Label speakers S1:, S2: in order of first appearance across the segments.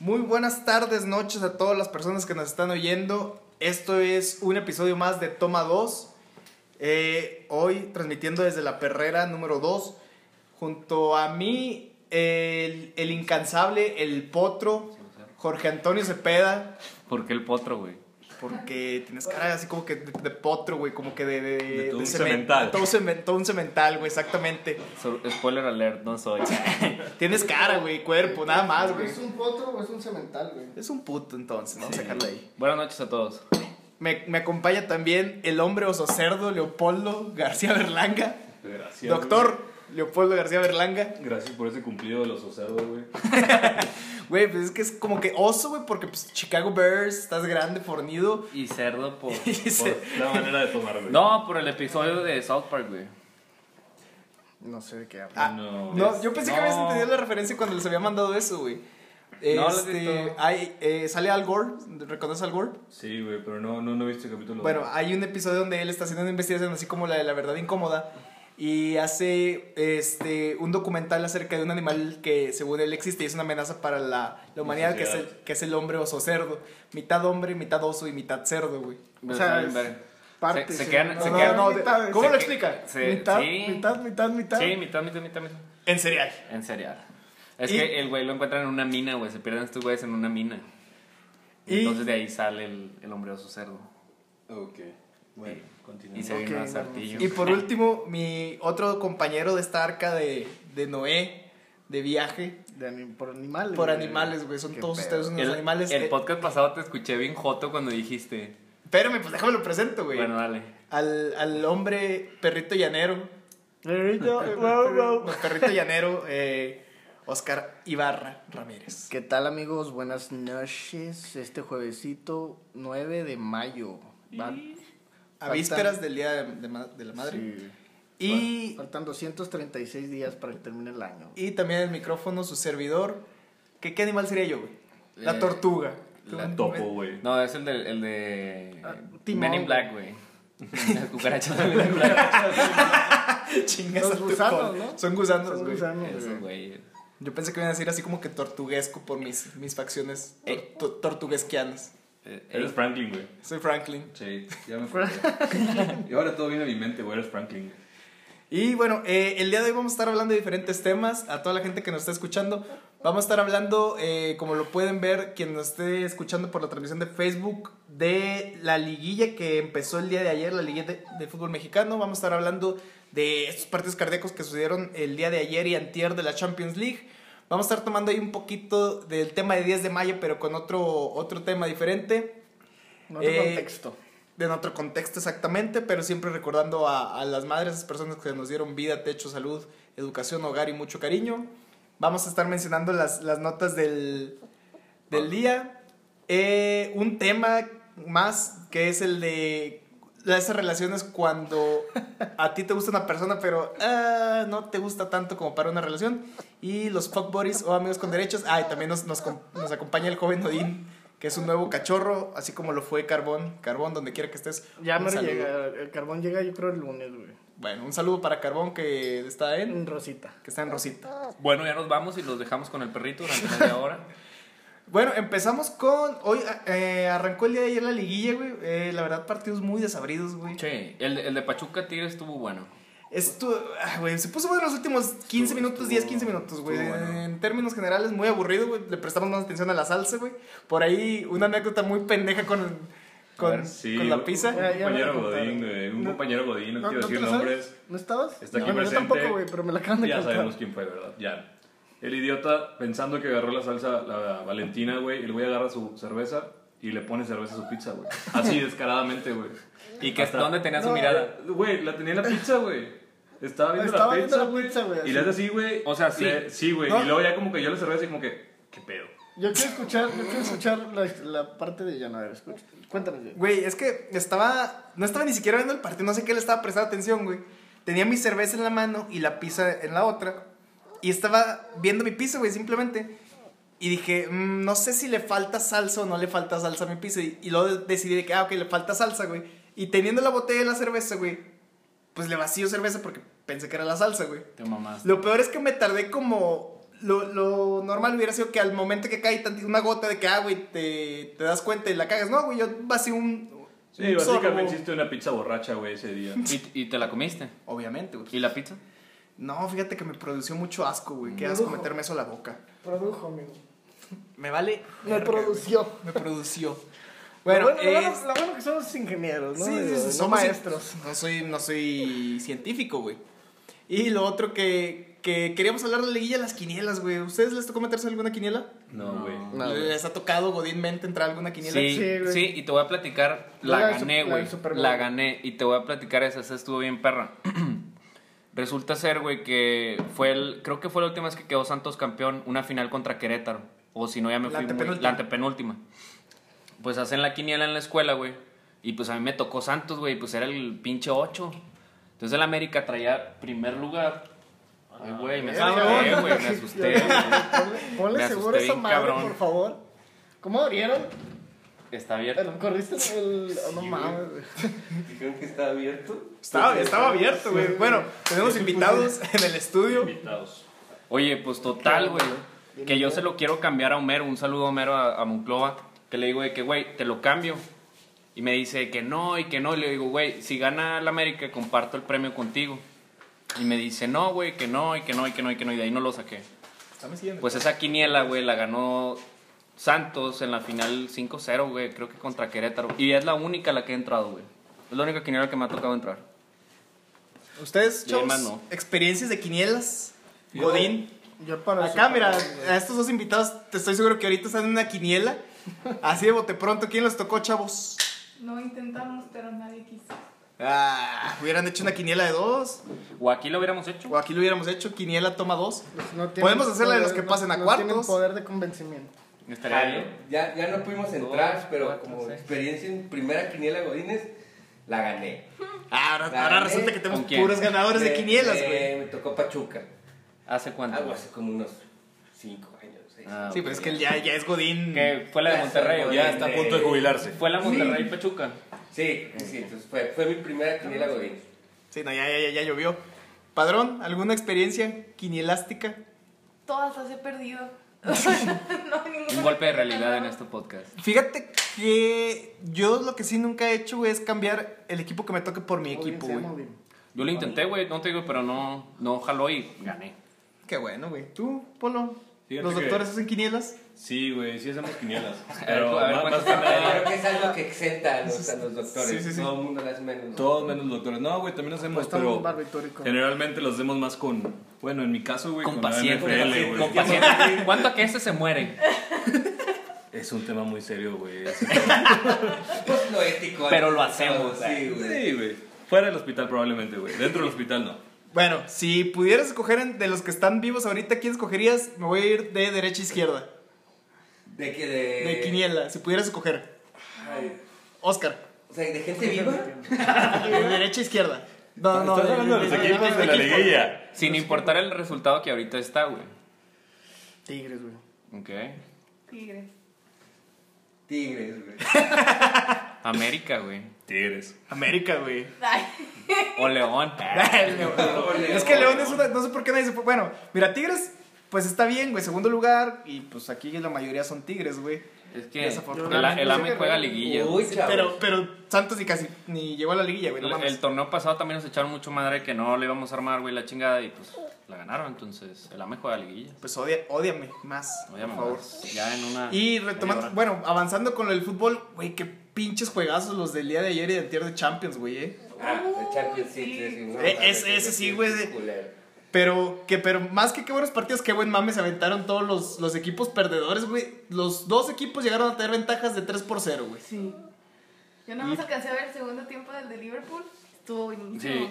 S1: Muy buenas tardes, noches a todas las personas que nos están oyendo. Esto es un episodio más de Toma 2. Eh, hoy transmitiendo desde la perrera número 2. Junto a mí, el, el incansable, el potro, Jorge Antonio Cepeda.
S2: ¿Por qué el potro, güey?
S1: Porque tienes cara así como que de, de potro, güey, como que de... De,
S2: De todo un
S1: cemen-
S2: cemental.
S1: Todo, cemen- todo un cemental, güey, exactamente.
S2: So- spoiler alert, no soy.
S1: Tienes cara, güey, cuerpo, nada más, güey.
S3: ¿Es un potro o es un cemental, güey?
S1: Es un puto entonces, vamos a dejarlo ahí.
S2: Buenas noches a todos.
S1: Me, me acompaña también el hombre oso cerdo, Leopoldo García Berlanga.
S4: Gracias.
S1: Doctor Leopoldo García Berlanga.
S4: güey. Gracias por ese cumplido de los osados, güey.
S1: Güey, pues es que es como que oso, güey, porque pues Chicago Bears, estás grande, fornido.
S2: Y cerdo por...
S1: Y se-
S4: Por la manera de tomar, güey.
S2: No, por el episodio de South Park, güey.
S3: No sé de qué habla.
S1: Ah,
S4: no.
S1: no, yo pensé que habías
S2: No.
S1: entendido la referencia cuando les había mandado eso, güey.
S2: No, lo
S1: Este,
S2: siento.
S1: hay, eh, sale Al Gore, ¿reconoces a Al Gore?
S4: Sí, güey, pero no, no, no viste el capítulo.
S1: Bueno, hay un episodio donde él está haciendo una investigación así como la de la verdad incómoda y hace este un documental acerca de un animal que según él existe y es una amenaza para la, la humanidad que es, el,
S4: sociedad.
S1: que es el hombre oso cerdo, mitad hombre, mitad oso y mitad cerdo, güey.
S3: O sea,
S2: Pero,
S3: es-
S2: ver,
S3: parte,
S2: se
S3: sí,
S2: quedan-
S1: No,
S3: no,
S2: se
S1: no,
S2: quedan-
S1: no,
S3: de-
S1: de- ¿Cómo
S2: se
S1: lo
S2: que-
S1: explica?
S2: se-
S3: mitad,
S2: sí.
S3: mitad, mitad, mitad.
S2: Sí, mitad, mitad, mitad, mitad.
S1: En cereal.
S2: En serial. Es
S1: Y-
S2: que el güey lo encuentran en una mina, güey. Se pierden estos güeyes en una mina. Y
S1: Y-
S2: entonces de ahí sale el, el hombre oso cerdo.
S4: Ok. Bueno, continúa.
S2: Y se
S3: Ok,
S2: viene a
S3: vamos. pues,
S2: sartillo.
S1: Y por último, mi otro compañero de esta arca de, de Noé, de viaje,
S3: De anim- por animales.
S1: por
S3: güey.
S1: animales, güey, son
S3: Qué
S1: todos
S3: pedo.
S1: ustedes unos
S2: El,
S1: animales.
S2: el
S1: Eh,
S2: podcast pasado te escuché bien joto cuando dijiste.
S1: Espérame, pues déjame lo presento, güey.
S2: Bueno, dale.
S1: al, al hombre perrito llanero.
S3: Perrito, guau, guau.
S1: No, perrito llanero, eh, Oscar Ibarra Ramírez.
S3: ¿Qué tal, amigos? Buenas noches. Este juevesito 9 de mayo. Va-
S1: A
S3: Faltan-
S1: vísperas del Día de, de ma- de la Madre.
S3: Sí.
S1: Y,
S3: Faltan 236 días para que termine el año.
S1: y también el micrófono, su servidor. ¿Qué, qué animal sería yo, güey? La
S2: Eh,
S1: tortuga.
S2: la
S1: Un-
S4: Topo, güey.
S2: No, es el de. El de
S3: Ah, Timón,
S2: Men
S3: güey.
S2: in Black, güey. Las cucarachas de Men in Black.
S1: Chingas
S3: Los
S1: a tu
S3: gusanos,
S1: cola.
S3: ¿no?
S1: Son gusanos,
S3: Son
S1: güey.
S3: gusanos,
S2: Eso,
S3: güey.
S2: güey.
S1: Yo pensé que iban a decir así como que tortuguesco por mis, mis facciones tor-
S2: Eh.
S1: to- tortuguesquianas.
S2: Eh,
S4: Eres
S2: eh,
S4: Franklin, güey.
S1: Soy Franklin.
S4: Sí, ya me fue. y ahora todo viene a mi mente, güey. Eres Franklin.
S1: Y bueno, eh, el día de hoy vamos a estar hablando de diferentes temas. A toda la gente que nos está escuchando, vamos a estar hablando, eh, como lo pueden ver, quien nos esté escuchando por la transmisión de Facebook, de la liguilla que empezó el día de ayer, la liguilla de, de fútbol mexicano. Vamos a estar hablando de estos partidos cardíacos que sucedieron el día de ayer y antier de la Champions League. Vamos a estar tomando ahí un poquito del tema de 10 de mayo, pero con otro, otro tema diferente
S3: En otro
S1: Eh,
S3: contexto.
S1: en otro contexto exactamente, pero siempre recordando a, a las madres, a esas personas que nos dieron vida, techo, salud, educación, hogar y mucho cariño. Vamos a estar mencionando las, las notas del, del día. Eh, un tema más que es el de las relaciones cuando a ti te gusta una persona, pero ah, no te gusta tanto como para una relación. Y los fuckbuddies o amigos con derechos. Ah, y también nos, nos, com- nos acompaña el joven Odín, que es un nuevo cachorro, así como lo fue Carbón. Carbón, donde quiera que estés.
S3: Ya
S1: un
S3: me
S1: saludo.
S3: llega. El carbón llega, yo creo, el lunes, güey.
S1: Bueno, un saludo para Carbón que está en,
S3: En Rosita.
S1: que está en Rosita.
S2: Bueno, ya nos vamos y los dejamos con el perrito durante media hora.
S1: Bueno, empezamos con. Hoy eh, arrancó el día de ayer la liguilla, güey. Eh, la verdad, partidos muy desabridos, güey.
S2: Che, el, el de Pachuca Tigre estuvo bueno.
S1: Esto, ah, güey, se puso bueno los últimos 15
S2: Estuvo-
S1: minutos,
S2: estuvo-
S1: 10, 15 minutos, güey.
S2: estuvo bueno.
S1: En términos generales, muy aburrido, güey. Le prestamos más atención a la salsa, güey. Por ahí, una anécdota muy pendeja con, con,
S2: ver,
S4: Sí.
S1: con la
S4: un-
S1: pizza.
S4: Un
S3: Ya, ya me
S4: compañero
S3: contaron.
S4: Godín, güey. Un
S3: No-
S4: compañero Godín, no, quiero
S3: te
S4: decir
S3: la
S4: nombres.
S3: sabes? ¿No estabas?
S4: Está aquí
S3: Bueno, yo
S4: presente.
S3: tampoco, güey, pero me la acaban de
S4: Ya
S3: contar.
S4: sabemos quién fue, ¿verdad? Ya. El idiota, pensando que agarró la salsa, la Valentina, güey, el güey agarra su cerveza y le pone cerveza a su pizza, güey. Así descaradamente, güey.
S2: ¿Y que
S4: Hasta-
S2: dónde tenía su
S3: No,
S2: mirada?
S4: Güey, la tenía en la pizza, güey. Estaba viendo
S3: Estaba
S4: la
S3: viendo
S4: pizza,
S3: la pizza, güey,
S4: Y
S3: así.
S4: le hace así, güey.
S2: O sea, sí.
S4: Le- sí, güey.
S3: No.
S4: Y luego ya como que yo la cerveza y como que, ¿qué pedo?
S3: Yo quiero escuchar, yo quiero escuchar la, la parte de Jan. A ver, escucha. Cuéntanos, güey.
S1: Güey, es que estaba. No estaba ni siquiera viendo el partido, no sé qué le estaba prestando atención, güey. Tenía mi cerveza en la mano y la pizza en la otra. Y estaba viendo mi pizza, güey, simplemente. Y dije, "Mm, no sé si le falta salsa o no le falta salsa a mi pizza. Y, y luego decidí de que, ah, ok, le falta salsa, güey. Y teniendo la botella de la cerveza, güey, pues le vacío cerveza porque pensé que era la salsa, güey.
S2: Te mamás.
S1: Lo peor es que me tardé como lo, lo normal hubiera sido que al momento que cae tanti- una gota de que, ah, güey, te, te das cuenta y la cagas. No, güey, yo vacié un.
S4: Sí,
S1: un
S4: básicamente
S1: sorbo.
S4: hiciste una pizza borracha, güey, ese día.
S2: ¿Y, y te la comiste?
S1: Obviamente, güey.
S2: ¿Y la pizza?
S1: No, fíjate que me produció mucho asco, güey. Qué asco meterme eso a la boca.
S5: Produjo, amigo.
S1: Me vale.
S5: Me
S1: verga,
S5: produció.
S1: güey. Me produció. Bueno, eh,
S5: lo, bueno, lo
S1: es-
S5: bueno- lo bueno que son los ingenieros, ¿no?
S1: Sí, sí,
S5: Digo,
S1: sí,
S5: no
S1: somos-
S5: maestros.
S1: No soy, no soy científico, güey. Y lo otro que, que queríamos hablar de la liguilla, las quinielas, güey. ¿Ustedes les tocó meterse en alguna quiniela? Eh,
S4: No, güey.
S3: No, güey.
S1: ¿Les ha tocado godínmente entrar a alguna quiniela?
S2: Sí,
S5: Sí, güey.
S2: sí, y te voy a platicar. La
S5: La del
S2: gané,
S5: Sup- la
S2: güey.
S5: del Super
S2: La,
S5: Bowl.
S2: gané. Y te voy a platicar esa. Esa estuvo bien perra. Resulta ser, güey, que fue el. Creo que fue la última vez que quedó Santos campeón. Una final contra Querétaro. O si no, ya me
S1: La
S2: fui. muy-
S1: antepenúltima.
S2: la antepenúltima. Pues hacen la quiniela en la escuela, güey. Y pues a mí me tocó Santos, güey. y Pues era el pinche 8. Entonces el América traía primer lugar. Ay, güey, me
S5: Ah,
S2: asusté, güey. Me asusté, güey.
S5: Ponle, ponle
S2: Me asusté
S5: seguro a esa
S2: bien,
S5: madre,
S2: cabrón.
S5: por favor. ¿Cómo abrieron?
S2: Está abierto.
S5: El- ¿Corriste el.? oh, no mames. güey.
S6: Dijeron que está abierto.
S1: Estaba, estaba abierto, güey. Bueno, tenemos invitados en el estudio.
S4: Pues, Invitados.
S2: Oye, pues total, güey. Que yo se lo quiero cambiar a Homero. Un saludo a Homero a, a Monclova. Que le digo de que, güey, te lo cambio. Y me dice que no y que no. Y le digo, güey, si gana el América, comparto el premio contigo. Y me dice, no, güey, que no, y que no, y que no, y que no. Y de ahí no lo saqué.
S1: Estamos siguiendo.
S2: Pues esa quiniela, güey, la ganó Santos en la final 5-0, güey. Creo que contra Querétaro. Y es la única a la que he entrado, güey. Es la única quiniela que me ha tocado entrar.
S1: Pues, ¿Ustedes,
S2: Bien,
S1: chavos,
S2: mano.
S1: experiencias de quinielas? Godín.
S5: Yo para. Pues,
S1: Acá, mira,
S5: eh,
S1: a estos dos invitados, te estoy seguro que ahorita están en una quiniela. Así de bote pronto, ¿quién los tocó, chavos?
S7: No intentamos, pero nadie quiso.
S1: Ah, hubieran hecho una quiniela de dos.
S2: O aquí lo hubiéramos hecho.
S1: O aquí lo hubiéramos hecho, quiniela toma dos.
S5: Pues no tienen
S1: Podemos hacer la de los que
S5: no-
S1: pasen a
S5: no
S1: cuartos.
S5: Tienen poder de convencimiento.
S2: Estaría bien.
S6: Ya, ya no pudimos entrar,
S2: Dos,
S6: pero
S2: cuatro,
S6: como
S2: seis.
S6: experiencia en primera quiniela Godínez, la gané.
S1: Ah, Ahora,
S6: La
S1: ahora
S6: gané.
S1: resulta que tenemos
S2: ¿Con quién?
S1: puros ganadores de
S6: Me-
S1: quinielas,
S6: me-
S1: güey.
S6: Me tocó Pachuca.
S2: ¿Hace cuánto?
S6: Algo
S2: güey?
S6: hace como unos 5 años, 6.
S2: Ah,
S1: Sí, pero es que él ya, ya es Godín.
S2: Que fue la de Monterrey, ¿o
S4: Ya
S2: qué?
S4: está a punto de jubilarse.
S2: Fue la Monterrey Pachuca.
S6: Sí, sí, entonces fue, fue mi primera quiniela Godínez.
S1: Sí, no, ya, ya, ya, ya llovió. Padrón, ¿alguna experiencia quinielástica?
S7: Todas las he perdido. no, hay ninguna
S2: Un golpe de
S7: que
S2: realidad en
S7: ganaba.
S2: este podcast.
S1: Fíjate que yo lo que sí nunca he hecho, güey, es cambiar el equipo que me toque por mi equipo,
S5: Audiencia,
S1: güey.
S5: Maudín.
S2: Yo lo intenté, güey, no te digo, pero no, no jaló y gané.
S1: Qué bueno, güey. ¿Tú, Polo?
S4: Fíjate
S1: ¿Los
S4: que-
S1: doctores hacen quinielas?
S4: Sí, güey, sí hacemos quinielas.
S2: A
S4: Pero
S2: ver,
S4: más,
S2: ¿cuántos
S4: más que nada,
S6: Creo que es algo que exenta a los, a los doctores.
S1: Sí, sí, sí.
S6: Todo el mundo las menos.
S4: todos menos los doctores. No, güey, también hacemos,
S5: Estamos
S4: pero
S5: barbitúricos.
S4: generalmente los hacemos más con, bueno, en mi caso, güey,
S2: Con
S4: la
S2: pacientes.
S4: NFL,
S2: Con
S4: güey.
S2: pacientes. ¿Cuánto a que este se muere?
S4: Es un tema muy serio, güey. ese
S6: Pues lo ético.
S2: Pero lo
S6: ¿no?
S2: hacemos,
S6: Sí, güey.
S4: Sí, güey. Fuera del hospital probablemente, güey. Dentro del hospital no.
S1: Bueno, si pudieras escoger en- de los que están vivos ahorita, ¿quién escogerías? Me voy a ir de derecha a izquierda.
S6: De que
S2: Eh.
S1: De quiniela, si pudieras escoger.
S6: Ay,
S1: Oscar,
S6: O sea, de gente viva.
S1: de derecha a izquierda. No, no,
S4: Estás
S1: de-
S4: hablando de
S1: de-
S4: los
S1: de-
S4: equipos de la liguilla.
S2: Sin importar el resultado que ahorita está, güey.
S5: Tigres, güey.
S2: Ok.
S7: Tigres.
S6: Tigres, güey.
S2: América, güey.
S4: Tigres.
S1: América, güey.
S7: Ay,
S2: O León.
S1: es que León es una. No sé por qué nadie se fue. Bueno, mira, Tigres, pues está bien, güey. Segundo lugar. Y pues aquí la mayoría son Tigres, güey.
S2: Es que el,
S1: Desafortunadamente.
S2: el AME juega liguilla. güey.
S6: Uy, chavos.
S1: Pero, pero Santos ni casi ni llegó a la liguilla, güey. No
S2: El,
S1: mames.
S2: el torneo pasado también nos echaron mucho madre que no le íbamos a armar, güey, la chingada. Y pues la ganaron, entonces el AME juega liguilla.
S1: Pues odia, odiame más, Ah,
S2: Oye,
S1: por
S2: mamá,
S1: favor.
S2: Ya en una.
S1: Y retomando,
S2: media hora.
S1: bueno, avanzando con el fútbol, güey, qué pinches juegazos los del día de ayer y de antier de Champions, güey, eh.
S6: Ah, el Champions
S7: Uy, sí.
S6: sí, sí, no,
S1: Eh,
S6: mames,
S1: ese- ese sí,
S6: pinche
S1: güey, de-
S6: culero.
S1: Pero, que, pero más que qué buenos partidos, qué buen mame se aventaron todos los, los equipos perdedores, güey. Los dos equipos llegaron a tener ventajas de 3 por 0, güey.
S7: sí. Yo nada más alcancé a ver el segundo tiempo del de Liverpool. Estuvo buenísimo.
S2: Sí.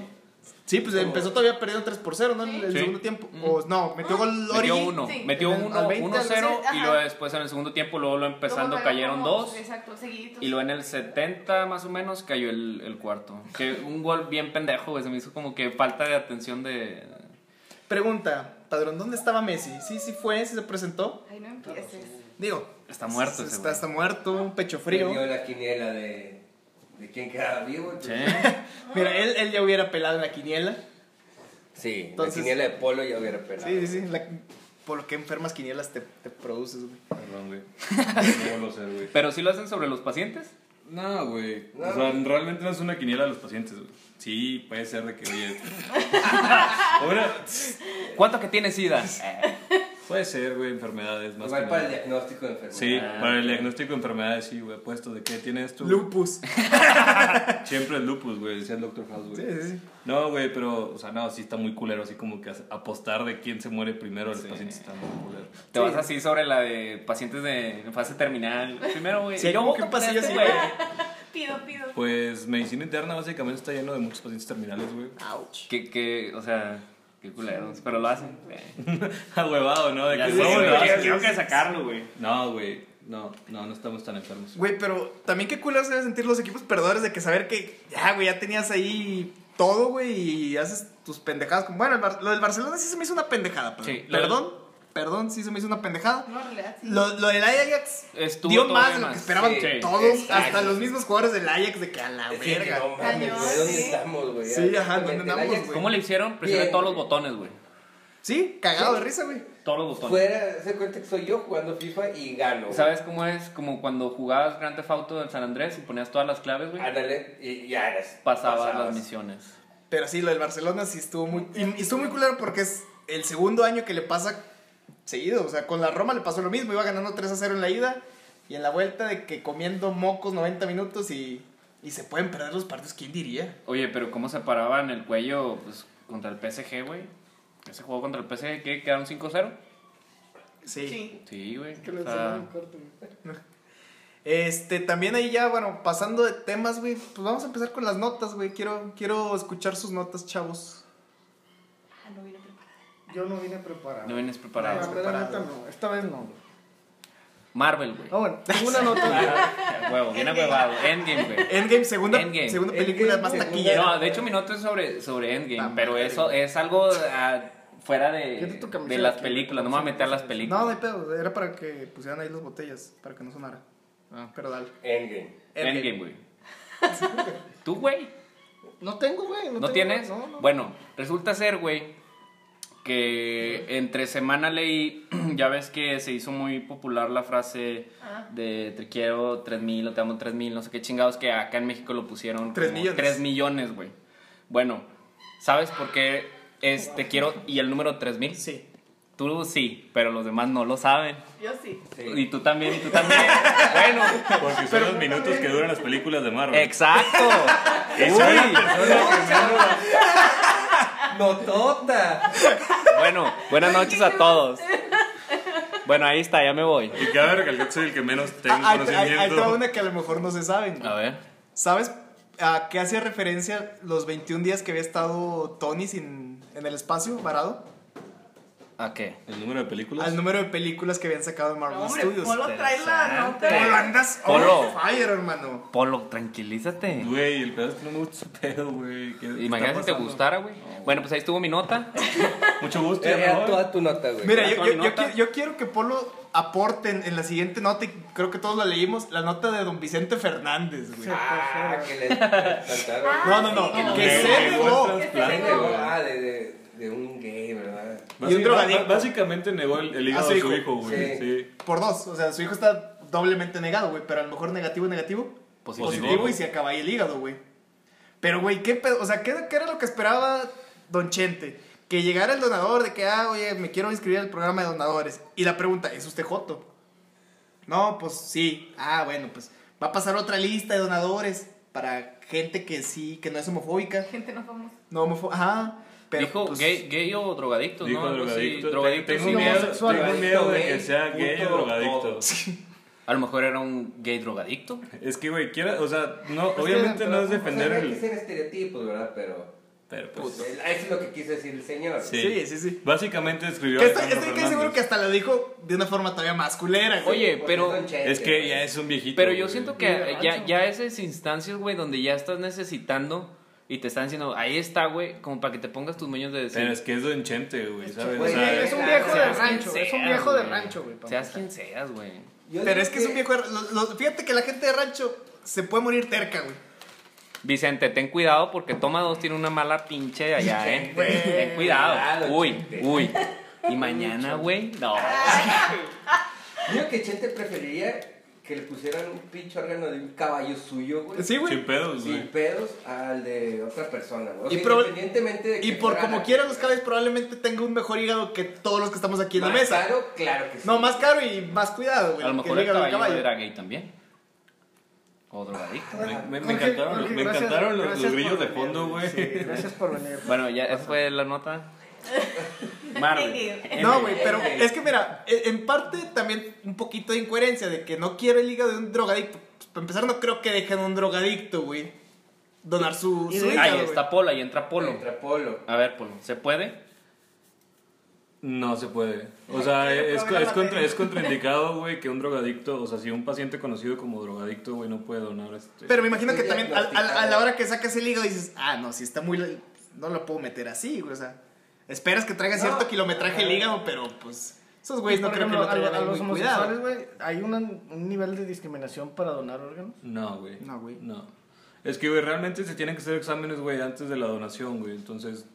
S1: Sí, pues empezó todavía perdiendo 3 por 0, ¿no? En el
S2: Oh. Sí.
S1: segundo tiempo. O, no, metió gol Origi.
S2: Metió uno,
S7: Sí.
S2: metió
S1: Al-
S2: uno,
S1: al 20,
S2: 1-0
S7: al-
S2: y
S7: ajá.
S2: luego después en el segundo tiempo luego lo empezando
S7: Luego, luego,
S2: cayeron
S7: como-
S2: dos
S7: Exacto, seguiditos.
S2: y luego en el 70 más o menos cayó el, el cuarto. Que un gol bien pendejo, güey, se me hizo como que falta de atención de...
S1: Pregunta, padrón, ¿dónde estaba Messi? Sí, sí fue, sí se presentó.
S7: Ay, no empieces.
S1: Digo,
S2: Está muerto ese
S1: está,
S2: güey.
S1: está muerto, un pecho frío.
S6: Perdió la quiniela de, de quién quedaba vivo.
S2: Sí.
S6: entonces-
S1: Mira, él, él ya hubiera pelado en la quiniela.
S6: Sí,
S1: Entonces-
S6: la quiniela de Polo ya hubiera pelado.
S1: Sí, sí, sí. la- por lo que enfermas quinielas te, te produces, güey.
S4: Perdón, güey. No vuelvo a hacer, güey.
S2: Pero sí lo hacen sobre los pacientes.
S4: No, güey.
S6: No.
S4: O sea, realmente no es una quiniela de los pacientes, güey. Sí, puede ser de que, oye. Ahora,
S2: ¿Cuánto que tiene SIDA?
S4: puede ser, güey, enfermedades más.
S6: Igual
S4: que
S6: para el
S4: nada.
S6: diagnóstico de enfermedad. Ah,
S4: Sí, para el diagnóstico de enfermedades, sí, güey. Puesto de qué tienes tú.
S1: Ah. Lupus.
S4: Siempre es lupus, güey, decía el Dr. House, güey.
S1: Sí, sí, sí.
S4: No, güey, pero, o sea, no, sí está muy culero, así como que as- apostar de quién se muere primero de los
S2: Sí.
S4: pacientes está muy culero.
S2: Te vas así sobre la de pacientes de en fase terminal. Primero, güey.
S1: Sí, hay como que
S2: voto por
S1: pasillo así,
S2: este, güey.
S7: Pido, pido.
S4: Pues medicina interna básicamente está lleno de muchos pacientes terminales, güey.
S2: Que, que, o sea, qué culeros. Pero lo hacen. güey.
S4: Ahuevado, ¿no? De
S2: Ya
S4: que
S2: sé,
S4: "No,
S2: güey,
S4: no,
S2: quiero-
S4: sí,
S2: Quiero
S4: sí,
S2: que
S4: sí".
S2: sacarlo, güey.
S4: No, güey, no, no, no estamos tan enfermos.
S1: Güey, pero también qué culo se deben sentir los equipos perdedores de que saber que ya, güey, ya tenías ahí todo, güey, y haces tus pendejadas. como- Bueno, el Bar- lo del Barcelona sí se me hizo una pendejada, perdón.
S2: Sí, lo del-
S1: perdón, perdón, sí se me hizo una pendejada.
S7: No, en realidad, sí.
S1: Lo, lo del Ajax
S2: Estuvo
S1: dio
S2: todavía
S1: más de lo
S2: más,
S1: que esperaban
S2: sí.
S1: todos,
S6: Exacto.
S1: hasta los mismos jugadores del Ajax de que a la
S6: Es que
S1: verga.
S6: no mames,
S7: Cañón,
S6: güey, ¿dónde
S7: sí.
S6: estamos, güey?
S1: Sí, ajá, ¿dónde
S6: El
S1: andamos,
S6: Ajax
S1: güey?
S2: ¿Cómo le hicieron? Presioné
S6: Bien.
S2: todos los botones, güey.
S1: Sí, cagado de risa, güey.
S2: Todos los botones.
S6: Fuera, se cuenta que soy yo jugando FIFA y gano. güey.
S2: ¿Sabes cómo es? Como cuando jugabas Grand Theft Auto en San Andrés y ponías todas las claves, güey.
S6: Ándale, y ya eres.
S2: Pasabas las misiones.
S1: Pero sí, lo del Barcelona sí estuvo muy. Y, y estuvo muy culero porque es el segundo año que le pasa seguido. O sea, con la Roma le pasó lo mismo. Iba ganando 3 a 0 en la ida y en la vuelta de que comiendo mocos 90 minutos y, y se pueden perder los partidos. ¿Quién diría?
S2: Oye, pero ¿cómo se paraban el cuello pues, contra el PSG, güey? Ese juego contra el PSG, ¿qué? ¿Quedaron 5-0?
S1: Sí.
S7: Sí.
S2: Sí, güey.
S5: Que lo
S2: o sea,
S5: enseñaron en corto, güey.
S1: Este, también ahí ya, bueno, pasando de temas, güey, pues vamos a empezar con las notas, güey. Quiero, quiero escuchar sus notas, chavos.
S7: Ah, no vine preparada.
S5: Yo no vine preparado.
S2: no vienes
S5: La
S2: preparado.
S5: verdad, la neta, no. Esta vez no. güey.
S2: Marvel, güey.
S5: Ah, bueno, tengo una nota.
S2: Ah, Huevo, bien huevado. Endgame, güey.
S1: Endgame, segunda,
S2: Endgame.
S1: segunda película
S6: Endgame,
S1: más
S6: segunda.
S1: taquillera.
S2: No, de hecho mi nota es sobre, sobre Endgame,
S1: Ah,
S2: pero
S1: madre,
S2: eso
S1: güey.
S2: es algo ah, fuera de,
S5: Quítate tu camisa
S2: de
S5: de
S2: las
S5: aquí,
S2: películas, no me voy a meter a las
S1: No,
S2: películas.
S1: no hay pedo, era para que pusieran ahí las botellas, para que no sonara.
S2: Ah.
S1: Pero dale.
S6: Endgame.
S2: Endgame, güey. ¿Tú, güey?
S5: No tengo, güey. No,
S2: ¿No
S5: tengo,
S2: tienes?
S5: No, no.
S2: Bueno, resulta ser, güey, que entre semana leí, ya ves que se hizo muy popular la frase
S7: Ah.
S2: de te quiero 3000 o te amo 3000, no sé qué chingados, que acá en México lo pusieron
S1: Tres
S2: como
S1: millones.
S2: tres millones, güey. Bueno, ¿sabes por qué es te quiero y el número 3000?
S1: Sí.
S2: Tú sí, pero los demás no lo saben.
S7: Yo sí.
S6: Sí.
S2: Y tú también, y tú también. bueno,
S4: Porque son los minutos que duran las películas de Marvel.
S2: exacto. Uy.
S6: ¡Notota!
S2: Bueno, buenas noches a todos. Bueno, ahí está, ya me voy.
S4: Y cabe recalcar que soy el que menos tengo
S1: Ah, Hay hay- hay toda
S4: conocimiento.
S1: una que a lo mejor no se saben. güey.
S2: A ver.
S1: ¿Sabes a qué hacía referencia los 21 días que había estado Tony sin, en el espacio, varado?
S2: ¿A qué?
S4: ¿El número de películas?
S1: Al número de películas que habían sacado en Marvel
S7: No, hombre,
S1: Studios.
S7: Polo trae la
S1: ¿Cómo lo
S7: nota.
S1: andas?
S2: Polo.
S1: on fire, hermano.
S2: Polo, tranquilízate.
S4: Güey, el pedazo que no me gusta ese pedo, güey. ¿Qué- qué
S2: Imagínate
S4: está
S2: si te
S4: pasando?
S2: gustara, güey. Bueno, pues ahí estuvo mi nota.
S4: Mucho gusto, ya me
S6: Era
S4: voy.
S6: toda Eh, tu nota, güey.
S1: Mira,
S2: ¿Ya
S1: yo,
S2: toda
S1: yo-
S2: mi
S1: yo
S2: nota?
S1: quiero, yo quiero que Polo aporte en, en la siguiente nota, y creo que todos la leímos, la nota de don Vicente Fernández, güey.
S6: Ah, que le cantaron.
S1: No, no, no,
S7: Ah, sí,
S1: que
S7: que
S1: se
S7: no.
S1: negó.
S7: Que se
S6: Plan de,
S7: negó.
S6: ah, de, de, de un gay, ¿verdad?
S1: Y un drogadicto.
S4: Básica- Básicamente negó el, el hígado
S1: A su
S4: de su
S1: hijo.
S4: hijo, güey.
S6: Sí.
S4: Sí.
S1: Por dos, o sea, su hijo está doblemente negado, güey, pero a lo mejor negativo, negativo, positivo,
S2: Positivo.
S1: y se acaba ahí el hígado, güey. Pero, güey, ¿qué pedo? O sea, ¿qué, qué era lo que esperaba Don Chente? Que llegara el donador de que, ah, oye, me quiero inscribir al programa de donadores. Y la pregunta, ¿es usted Joto? No, pues sí. Ah, bueno, pues va a pasar otra lista de donadores para gente que sí, que no es homofóbica.
S7: Gente no famosa.
S1: No homofóbica, ajá. Pero,
S2: Dijo
S1: pues,
S2: gay, gay o drogadicto,
S4: Dijo
S2: ¿no? Algo así.
S4: drogadicto.
S2: drogadicto
S4: Tengo
S2: sí,
S4: miedo,
S2: güey.
S6: homosexual.
S4: tengo miedo de que
S6: Gay,
S4: sea gay o
S6: puto,
S4: drogadicto.
S6: todo.
S2: A lo mejor era un gay drogadicto.
S4: Es que, güey, quiera, o sea, no, obviamente no es defender
S6: o sea, no hay que
S4: el.
S6: ser estereotipos, ¿verdad? Pero.
S4: Pero
S6: Pues,
S4: pues.
S6: el- eso es lo que quiso decir el señor.
S4: Sí.
S1: Sí, sí, sí.
S4: Básicamente escribió.
S1: Que estoy,
S4: Alejandro
S1: estoy casi seguro
S4: Fernández.
S1: que hasta lo dijo de una forma todavía más culera, güey.
S2: Oye,
S6: Porque
S2: pero-
S6: son chentes,
S4: Es que ya es un viejito.
S2: Pero yo
S4: güey.
S2: siento que ya, ya esas instancias, güey, donde ya estás necesitando y te están diciendo, ahí está, güey, como para que te pongas tus moños de
S4: Pero
S2: decir.
S4: es que es Don Chente, güey, ¿sabes? O
S6: güey,
S4: sea,
S5: Es un viejo de
S2: seas quien
S5: rancho. Es
S4: ah,
S5: un
S2: seas,
S5: viejo de
S2: güey.
S5: rancho, güey. para
S2: Seas
S5: empezar.
S2: quien seas, güey.
S6: Yo
S1: Pero
S6: digo
S1: es que es un viejo. de- lo- lo- fíjate que la gente de rancho se puede morir terca, güey.
S2: Vicente, ten cuidado porque Toma 2 tiene una mala pinche de allá, ¿eh? ten cuidado.
S6: cuidado,
S2: Uy,
S6: chiste.
S2: uy. Y mañana, güey. No.
S6: Digo que Chente preferiría que le pusieran un pinche órgano de un caballo suyo, güey.
S1: Sí, güey.
S4: Sin pedos,
S6: Sin
S4: pues, güey.
S6: pedos al de otra persona, güey. O
S1: Y
S6: sea,
S1: proba-
S6: independientemente de que
S1: Y por
S6: fuera
S1: como
S6: la-
S1: quiera, los caballos probablemente tenga un mejor hígado que todos los que estamos aquí en la
S6: Más
S1: mesa.
S6: Claro, claro que sí.
S1: No, más caro y más cuidado, güey.
S2: A
S1: que
S2: lo mejor
S1: el
S2: el
S1: hígado del
S2: caballo, era gay también. O drogadicto.
S4: Me, me- me
S5: Jorge,
S4: encantaron, los-
S5: Jorge,
S4: me
S5: gracias-
S4: encantaron los,
S5: gracias
S4: los
S5: por
S4: grillos de
S5: venir,
S4: fondo, güey.
S5: sí, gracias por venir.
S2: Bueno, ya esa fue la nota. Marvel.
S1: No, güey, pero
S6: Ey, ey.
S1: es que mira, e- en parte también un poquito de incoherencia de que no quiero el hígado de un drogadicto. Pues, para empezar, no creo que dejen a un drogadicto, güey, donar su, su hígado.
S2: Ahí
S1: güey.
S2: está Polo, ahí entra Polo.
S6: Contra Polo.
S2: A ver, Polo, ¿se puede?
S4: No se puede. O sea, es, es contra, es contraindicado, güey, que un drogadicto, o sea, si un paciente conocido como drogadicto, güey, no puede donar este.
S1: Pero me imagino que
S6: Estoy
S1: también a, a- a la
S6: diagnosticado.
S1: hora que sacas el hígado dices, ah, no, si está muy. le- No lo puedo meter así, güey. O sea, esperas que traiga
S6: No.
S1: cierto kilometraje el hígado, pero pues. Esos güeyes no
S5: Por
S1: creo que
S5: ejemplo,
S1: lo traigan
S5: a, a
S1: ahí
S5: los
S1: muy cuidado. ¿eh?
S5: homosexuales, güey, hay una- un nivel de discriminación para donar órganos.
S4: No, güey.
S1: No, güey.
S4: No. Es que, güey, realmente se tienen que hacer exámenes, güey, antes de la donación, güey. Entonces,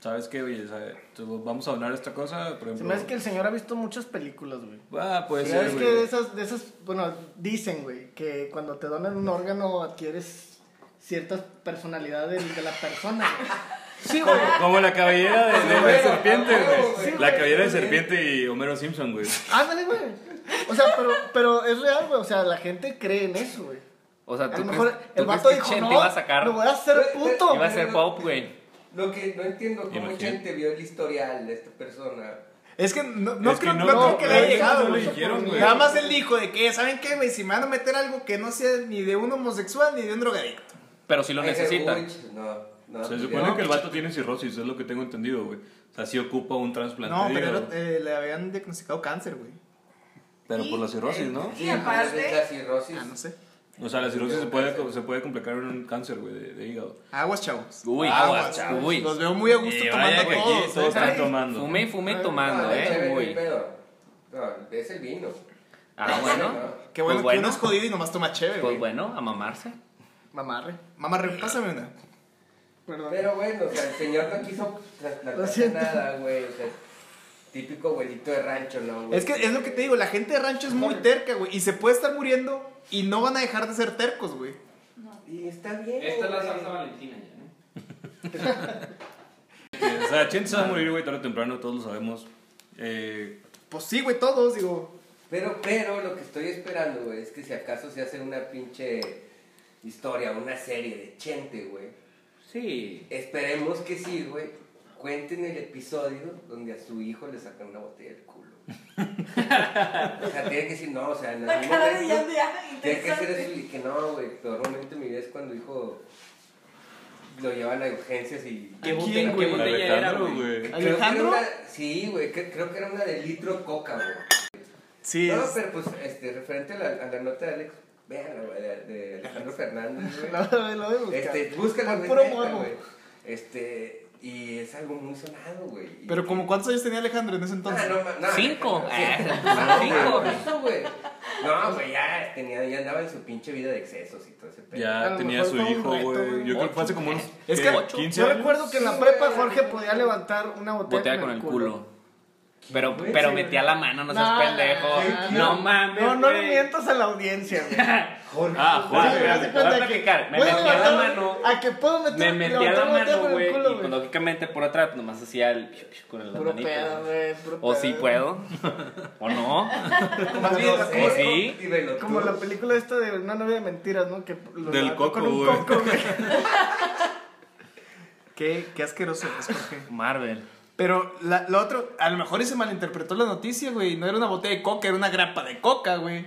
S4: ¿sabes qué, güey? O sea, tú- vamos a donar esta cosa, por
S5: Se
S4: ejemplo.
S5: me hace que el señor ha visto muchas películas, güey.
S4: Ah, puede
S5: Pero
S4: ser,
S5: es que de
S4: güey.
S5: esas, de esas, bueno, dicen, güey, que cuando te donan un órgano adquieres cierta personalidad del- de, la persona, güey.
S1: Sí, güey.
S4: Como, como la cabellera de, de- de
S6: güey,
S4: serpiente,
S6: a huevo,
S4: güey.
S6: güey.
S4: La
S6: Sí,
S4: cabellera de
S6: güey.
S4: serpiente y Homero Simpson, güey.
S5: Ándale, güey. O sea, pero, pero es real, güey. O sea, la gente cree en eso, güey.
S2: O sea,
S5: A
S2: tú
S5: lo
S2: crees,
S5: mejor
S2: tú
S5: el
S2: crees
S5: vato
S2: que
S5: dijo,
S2: Chen
S5: no,
S2: te iba a sacar.
S5: lo voy a hacer puto.
S2: Iba a ser pop, güey.
S6: Lo que no entiendo cómo
S4: Imagínate.
S6: gente vio el historial de esta persona.
S1: Es que no, no
S4: Es que
S1: creo, no
S4: no-
S1: creo
S4: no,
S1: que le haya
S4: no,
S1: llegado.
S4: no lo
S1: güey.
S4: dijeron, güey.
S1: Nada más el hijo de que, ¿saben qué, güey? Si me van a meter algo que no sea ni de un homosexual ni de un drogadicto.
S2: Pero si lo
S6: Ese
S2: necesita.
S6: Bush, No, no.
S4: Se
S6: pues,
S4: supone
S6: no.
S4: que el vato tiene cirrosis, es lo que tengo entendido, güey. O sea, sí ocupa un trasplante.
S1: No,
S4: de
S1: pero
S4: hígado.
S1: era- eh, le habían diagnosticado cáncer, güey.
S4: Pero por la cirrosis, ¿no?
S7: Y aparte-
S6: La cirrosis.
S1: Ah, no sé.
S4: O sea, la cirrosis se puede, se puede complicar en un cáncer, güey, de, de hígado.
S1: Aguas, chavos.
S2: Uy, aguas, chavos. Uy.
S1: Los veo muy a gusto
S4: Y
S1: tomando
S4: vaya que Ah, aquí
S1: todos.
S4: todos
S1: ¿eh?
S4: están tomando.
S2: Fumé y fumé y tomando,
S6: No, la
S2: eh.
S6: chévere, el
S2: Uy.
S6: pedo. No, es el vino.
S2: Ah, bueno.
S1: Qué bueno,
S2: Pues bueno.
S1: que uno es jodido y nomás toma chévere, güey.
S2: Pues bueno, a mamarse.
S5: Mamarre.
S1: Mamá, repásame una.
S5: Perdón.
S6: Pero bueno, o sea, el señor no quiso
S5: Lo
S6: trasplantar
S5: siento.
S6: nada, güey. O sea, típico abuelito de rancho, ¿no? güey?
S1: Es que es lo que te digo, la gente de rancho es muy terca, güey. Y se puede estar muriendo y no van a dejar de ser tercos, güey.
S6: Y está bien. güey.
S2: valentina ya, ¿no?
S4: O sea, Chen se va a morir, güey, tarde o temprano, todos lo sabemos. Eh,
S1: Pues sí, güey, todos, digo.
S6: Pero, pero, lo que estoy esperando, güey, es que si acaso se hace una pinche historia, una serie de Chente, güey.
S2: Sí.
S6: Esperemos que sí, güey. Cuenten el episodio donde a su hijo le sacan una botella del culo. o sea, tiene que decir, no, o sea, en
S7: La
S6: algún
S7: cara de
S6: momento
S7: Yandia,
S6: Tiene que ser eso
S7: interesante.
S6: y que no, güey. Peor momento de mi vida es cuando hijo lo llevan a urgencias y.
S2: ¿Qué
S6: Creo-
S2: botella,
S6: güey?
S2: qué botella era,
S4: Alejandro,
S2: güey?
S4: güey.
S6: creo que era
S1: ¿Alejandro?
S6: una- sí, güey, que- creo que era una de litro coca, güey.
S1: Sí,
S6: No,
S1: es-
S6: pero pues, este, referente a la, a la nota de Alex, vean, güey, de, de Alejandro Fernández, güey.
S5: Lo, lo voy a buscar.
S6: Este, búscalo,
S5: Al
S6: güey.
S5: puro
S6: neta,
S5: morbo.
S6: güey. Este, y es algo muy sonado, güey. Y-
S1: Pero como cuántos años tenía Alejandro en ese entonces.
S6: Ah, no, ma- no,
S2: Cinco.
S6: sí.
S2: Ah,
S6: No,
S2: cinco.
S6: güey, eso, güey. No, güey, ya, tenía, ya andaba en su pinche vida de excesos y todo ese pedo.
S5: A
S4: Ya
S5: lo
S4: tenía
S5: mejor
S4: su
S5: fue un
S4: hijo,
S5: reto,
S4: güey.
S5: güey.
S4: Yo creo que fue hace como unos
S1: Es
S4: ¿qué?
S1: que
S4: 15
S5: Yo
S4: años.
S5: recuerdo que en la prepa Jorge podía levantar una botella,
S2: Botea con el culo. Pero,
S6: güey?
S2: pero
S6: Sí,
S2: metía la mano, no seas
S5: Nah,
S2: pendejo.
S5: nah,
S2: No
S5: nah.
S2: mames.
S5: No, no le
S2: güey.
S5: mientas a la audiencia, güey.
S6: Jorge.
S4: Ah,
S5: Sí,
S4: Jorge.
S5: güey, haz
S2: te
S5: de
S2: voy a
S5: cuenta que
S2: platicar. Me
S5: puedo
S2: metí a la
S5: levantar-
S2: mano.
S5: A que puedo meter
S2: Me metí a la
S5: levantar la botella
S2: mano,
S5: con
S2: güey.
S5: el
S2: Y
S5: culo,
S2: pues,
S5: güey.
S2: lógicamente por atrás nomás hacía el piu, piu, con las
S5: Puro pedo,
S2: manitas.
S5: güey. puro
S2: O pues. si
S5: pedo.
S2: puedo. O no.
S6: Más bien,
S5: No
S6: ¿cómo-
S5: sé.
S6: cómo-
S2: sí.
S6: dímelo tú.
S5: Como la película esta de una novia de mentiras, ¿no? Que lo
S4: Del
S5: levantó
S4: coco,
S5: con un
S4: güey.
S5: coco, güey.
S1: Qué, qué asqueroso es, Jorge.
S2: Marvel.
S1: Pero la, lo otro, a lo mejor y se malinterpretó la noticia, güey. No era una botella de coca, era una grapa de coca, güey.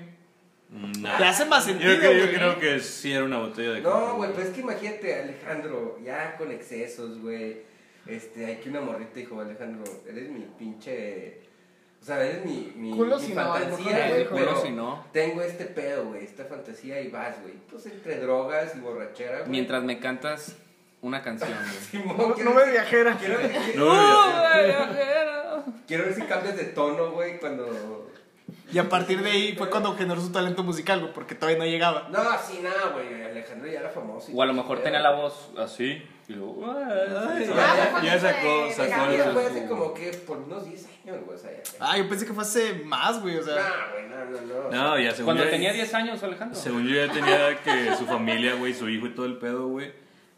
S4: No.
S1: Te hace más
S4: Yo,
S1: sentido,
S4: creo- yo
S1: güey.
S4: creo que sí era una botella de coca,
S6: No, güey, pues es que imagínate, Alejandro, ya con excesos, güey. Este, hay que una morrita dijo, Alejandro, eres mi pinche. O sea, eres mi, mi,
S5: Culo
S6: mi
S5: si no, a lo mejor
S6: fantasía,
S5: no
S6: güey.
S5: dijo.
S6: pero
S2: Culo si no.
S6: Tengo este pedo, güey, esta fantasía y vas, güey. Pues entre drogas y borrachera, güey.
S2: Mientras me cantas una canción, güey.
S6: Simón,
S5: No,
S6: quiero
S5: no me
S6: ver-
S5: viajera.
S6: Quiero, ver-
S4: No, güey.
S6: quiero ver si cambias de tono, güey, cuando.
S1: Y a partir de ahí fue cuando generó su talento musical, güey, porque todavía no llegaba.
S6: No, sí, nada, güey. Alejandro ya era famoso. y
S2: O a lo
S6: todo ese
S2: mejor
S6: pedo.
S2: tenía la voz así.
S4: Y luego,
S2: Uh,
S4: ay,
S7: Ah,
S4: ya, ya sacó,
S7: de-
S4: sacó
S7: de
S4: el-
S7: cambio,
S6: fue
S4: su-
S6: hace como que por unos 10 años, güey. O sea, ya.
S1: Ah, yo pensé que fue hace más, güey, o sea.
S6: No, güey, no, no, no.
S4: No, ya según
S2: Cuando
S4: yo-
S2: tenía 10 años, Alejandro.
S4: Según yo ya tenía que su familia, güey, su hijo y todo el pedo, güey.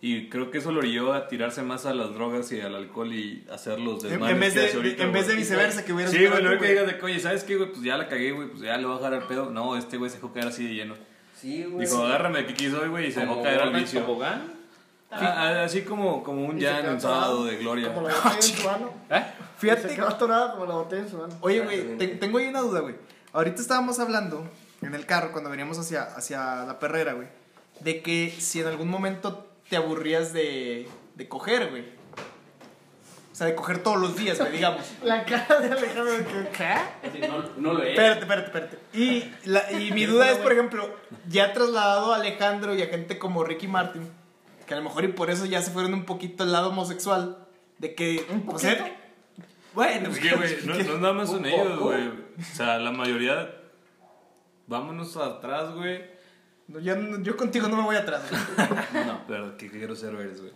S4: Y creo que eso lo orilló a tirarse más a las drogas y al alcohol y hacer los
S1: En,
S4: desmanes
S1: en vez
S4: que
S1: de,
S4: hace ahorita,
S1: en vez de
S4: güey.
S1: viceversa, que hubiera
S4: Sí,
S1: sido
S4: güey,
S1: tú,
S4: luego que
S1: güey.
S4: digas de coño, ¿sabes qué, güey? Pues ya la cagué, güey, pues ya le voy a dejar al pedo. No, este güey se dejó caer así de lleno.
S6: Sí, güey.
S4: Dijo, agárrame aquí que soy, güey, y se dejó
S2: Como
S4: caer al
S2: Gordon
S4: vicio.
S2: Tobogán.
S4: Ah, ah, así como, como un
S5: Y se
S4: ya en
S5: quedó
S4: un sábado de gloria.
S5: Como la botella en su mano.
S2: ¿Eh?
S5: Fíjate.
S1: Fíjate,
S5: Se quedó atorada como la botella en su mano.
S1: Oye, güey, te- tengo ahí una duda, güey. Ahorita estábamos hablando en el carro cuando veníamos hacia, hacia la perrera, güey, de que si en algún momento te aburrías de, de coger, güey. O sea, de coger todos los días, güey, digamos.
S5: La cara de Alejandro que. ¿Qué?
S2: No, no lo es.
S1: Espérate, espérate, espérate. Y, la- y mi duda es, por ejemplo, ya trasladado a Alejandro y a gente como Ricky Martin, que a lo mejor y por eso ya se fueron un poquito al lado homosexual, de que... o sea, bueno,
S4: Es que, güey, no, no nada más son ellos, güey. O sea, la mayoría. Vámonos atrás, güey.
S1: No, ya no- yo contigo no me voy atrás, güey.
S4: No, pero qué, qué grosero eres, güey.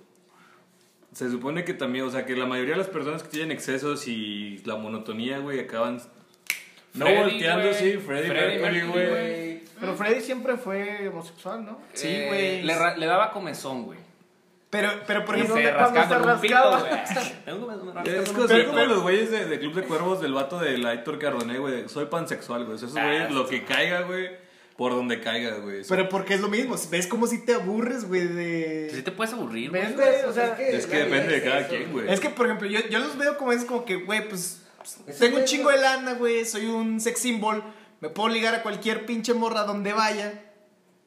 S4: Se supone que también, o sea, que la mayoría de las personas que tienen excesos y la monotonía, güey, acaban. No
S2: Freddy,
S4: volteando,
S2: güey.
S4: sí, Freddy,
S2: Freddy
S4: Mercury,
S2: Mercury,
S4: güey.
S5: Pero Freddy siempre fue homosexual, ¿no?
S1: Sí,
S2: Eh,
S1: güey.
S2: le, ra- le daba comezón, güey.
S1: Pero, pero por
S2: Y
S1: ejemplo,
S2: se
S5: cuando
S2: rascaba
S5: se
S2: con un pito,
S5: rascaba.
S2: güey. Tengo que me rascar
S4: Es
S2: con
S4: como,
S2: un
S4: es
S2: pito.
S4: como los güeyes de, de Club de Cuervos del vato de la Héctor Cardoné, güey. Soy pansexual, güey. O sea, Esos
S2: Ah,
S4: güeyes, lo que caiga, güey, por donde caiga, güey. O sea,
S1: pero porque es lo mismo. ¿Ves como si te aburres, güey?
S2: Sí
S1: De...
S2: te puedes aburrir, güey.
S5: ¿Ves, güey? O sea,
S4: "Ah, pues, Es que
S6: la vida
S4: depende de
S6: es
S4: cada
S6: eso,
S4: quien, güey.
S1: Es que, por ejemplo, yo, yo los veo como es como que, güey, pues
S6: Ese
S1: tengo un
S6: güey,
S1: chingo de lana, güey, soy un sex symbol, me puedo ligar a cualquier pinche morra donde vaya.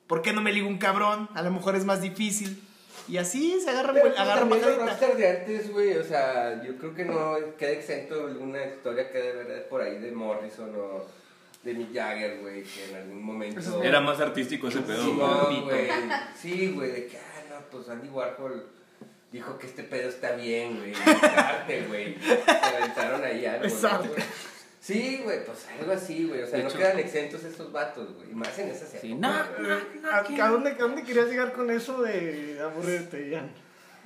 S1: ¿Por qué no me ligo un cabrón? A lo mejor es más difícil. Y así se agarran,
S6: Pero
S1: güey,
S6: pues
S1: agarran
S6: también los
S1: bajadita.
S6: rockstar de antes, güey, o sea, yo creo que no queda exento alguna historia que de verdad por ahí de Morrison o de Mick Jagger, güey, que en algún momento...
S4: Era más artístico ese pedo,
S6: Sí,
S4: güey.
S6: no, güey. Sí, güey, de que, ah, no, pues Andy Warhol dijo que este pedo está bien, güey. Es arte, güey. Se aventaron ahí algo.
S5: Es
S6: ¿no,
S5: arte.
S6: güey? Sí, güey, pues algo así, güey. O sea,
S2: De
S6: no
S2: hecho-
S6: quedan exentos estos vatos, güey. Y más en esas épocas.
S2: Sí, no,
S6: güey.
S2: no,
S5: ¿A, a dónde, a dónde querías llegar con eso de aburrirte, Ian?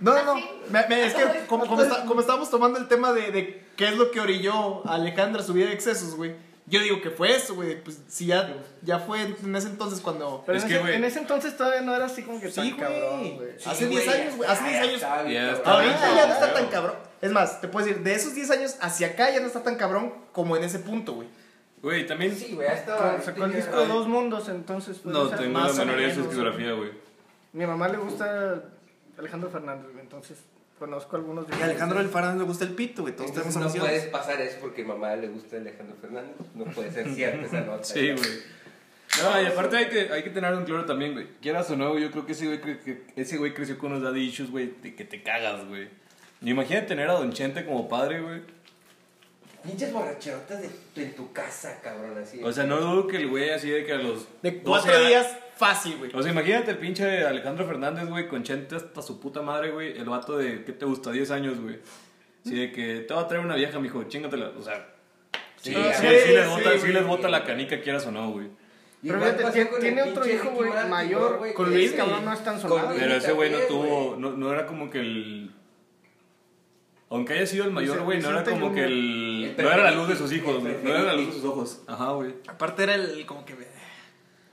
S1: No, no, no.
S7: ¿Ah, sí?
S1: Me- me- es que como, como está- como estábamos tomando el tema de, de qué es lo que orilló a Alejandra a su vida de excesos, güey. Yo digo que fue eso, güey. Pues si ya, ya fue en ese entonces cuando...
S5: Pero
S4: Es
S5: en,
S4: que,
S5: ese,
S4: güey.
S5: en ese entonces todavía no era así como que tan
S1: Sí,
S5: cabrón,
S1: güey.
S5: güey.
S6: Sí,
S1: Hace 10
S6: güey, Ah,
S1: años, güey. Hace
S6: ya
S1: 10 años.
S6: está bien,
S4: Ya está
S6: cabrón.
S1: Ahorita ya no está
S6: Claro.
S1: tan cabrón. Es más, te puedo decir, de esos 10 años hacia acá ya no está tan cabrón como en ese punto, güey.
S4: Güey, también.
S6: Ah, Sí, güey, ya estaba.
S5: Claro, Sacó el disco de dos mundos, entonces. pues,
S4: No,
S5: o sea,
S4: tengo
S1: más
S4: la
S1: o
S4: menor idea de su
S1: menos.
S4: esquizografía, güey.
S5: Mi mamá le gusta Alejandro Fernández, güey, entonces conozco algunos de
S1: Y a Alejandro del Fernández le gusta el pito, güey. Todos
S6: Entonces
S1: tenemos
S6: no puedes
S1: ambiciones.
S6: pasar eso porque mamá le gusta Alejandro Fernández. No puede ser cierta esa nota.
S4: Sí, güey. No, y aparte hay que, hay que tener un claro también, güey. Quieras o no, güey, yo creo que ese güey, cre- que- ese güey creció con unos daddy issues, güey, de que te cagas, güey. Y Imagínate tener a Don Chente como padre, güey.
S6: Pinches borracherotas de, en tu casa, cabrón, así.
S4: O sea, no dudo que el güey así de que a los...
S1: De
S4: 12
S1: cuatro
S4: a-
S1: días fácil, güey.
S4: O sea, imagínate el pinche Alejandro Fernández, güey, con Chente hasta su puta madre, güey. El vato de, ¿qué te gusta? 10 años, güey. Así de que te va a traer una vieja, mijo, chingatela. O sea, sí, sí, sí, les, bota, sí les bota la canica, quieras o no, güey.
S5: Pero
S6: Igual
S5: fíjate,
S6: pasó
S5: tiene-
S6: con el
S5: tiene otro
S6: pinche
S5: hijo,
S6: Ricky
S5: güey,
S6: Martin,
S5: mayor,
S6: güey,
S5: con
S6: que
S5: Luis,
S6: ese-
S5: cabrón, no es tan
S6: con
S5: sonado.
S6: Luis
S4: Pero ese güey no
S6: también,
S4: tuvo,
S6: güey.
S4: no, no era como que el... Aunque haya sido el mayor,
S5: Vicente-
S4: güey, no era
S5: Vicente
S4: como que
S6: El
S4: el... No
S6: preferido.
S4: era la luz de sus hijos,
S6: El
S4: güey. No
S6: preferido.
S4: era la luz de sus ojos. Ajá, güey.
S1: Aparte era el como que...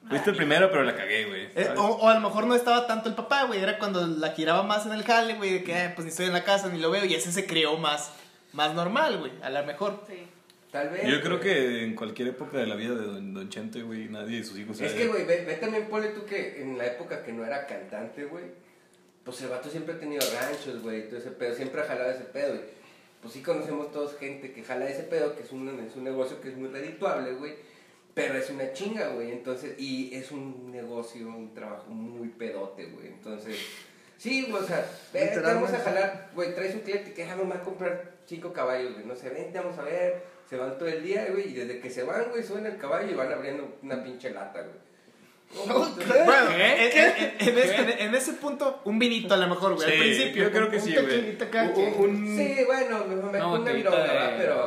S4: Fuiste el primero, pero la cagué, güey.
S1: eh,
S6: oh.
S1: o, o a lo mejor no estaba tanto el papá, güey. Era cuando la giraba más en el jale, güey. De que, ah, pues ni estoy en la casa, ni lo veo. Y ese se creó más, más normal, güey. A lo mejor.
S7: Sí.
S6: Tal vez.
S4: Yo creo
S6: güey.
S4: que en cualquier época de la vida de Don, Don Chente, güey, nadie de sus hijos...
S6: Es
S4: sabe-
S6: que, güey, ve, ve también ponle tú que en la época que no era cantante, güey, pues el vato siempre ha tenido ranchos, güey, todo ese pedo, siempre ha jalado ese pedo, güey. Pues sí conocemos todos gente que jala ese pedo, que es un, es un negocio que es muy redituable, güey, pero es una chinga, güey, entonces, y es un negocio, un trabajo muy pedote, güey, entonces... Sí, güey, o sea, vente, vamos
S5: Literalmente.
S6: a jalar, güey, traes un cliente que "Ah, déjame más comprar cinco caballos, güey, no sé, vente, vamos a ver, se van todo el día, güey, y desde que se van, güey, suben el caballo y van abriendo una pinche lata, güey.
S1: Bueno, en- en- en ese- en- en ese punto, un vinito a lo mejor, güey.
S4: Sí,
S1: Al principio.
S4: yo creo que
S5: Un
S4: sí, güey.
S5: tequilita cada
S4: Un-
S5: quien.
S4: un-
S6: Sí, bueno, me me
S2: No,
S6: fue una
S2: botellita
S6: bronca,
S2: de-
S6: ¿verdad? pero.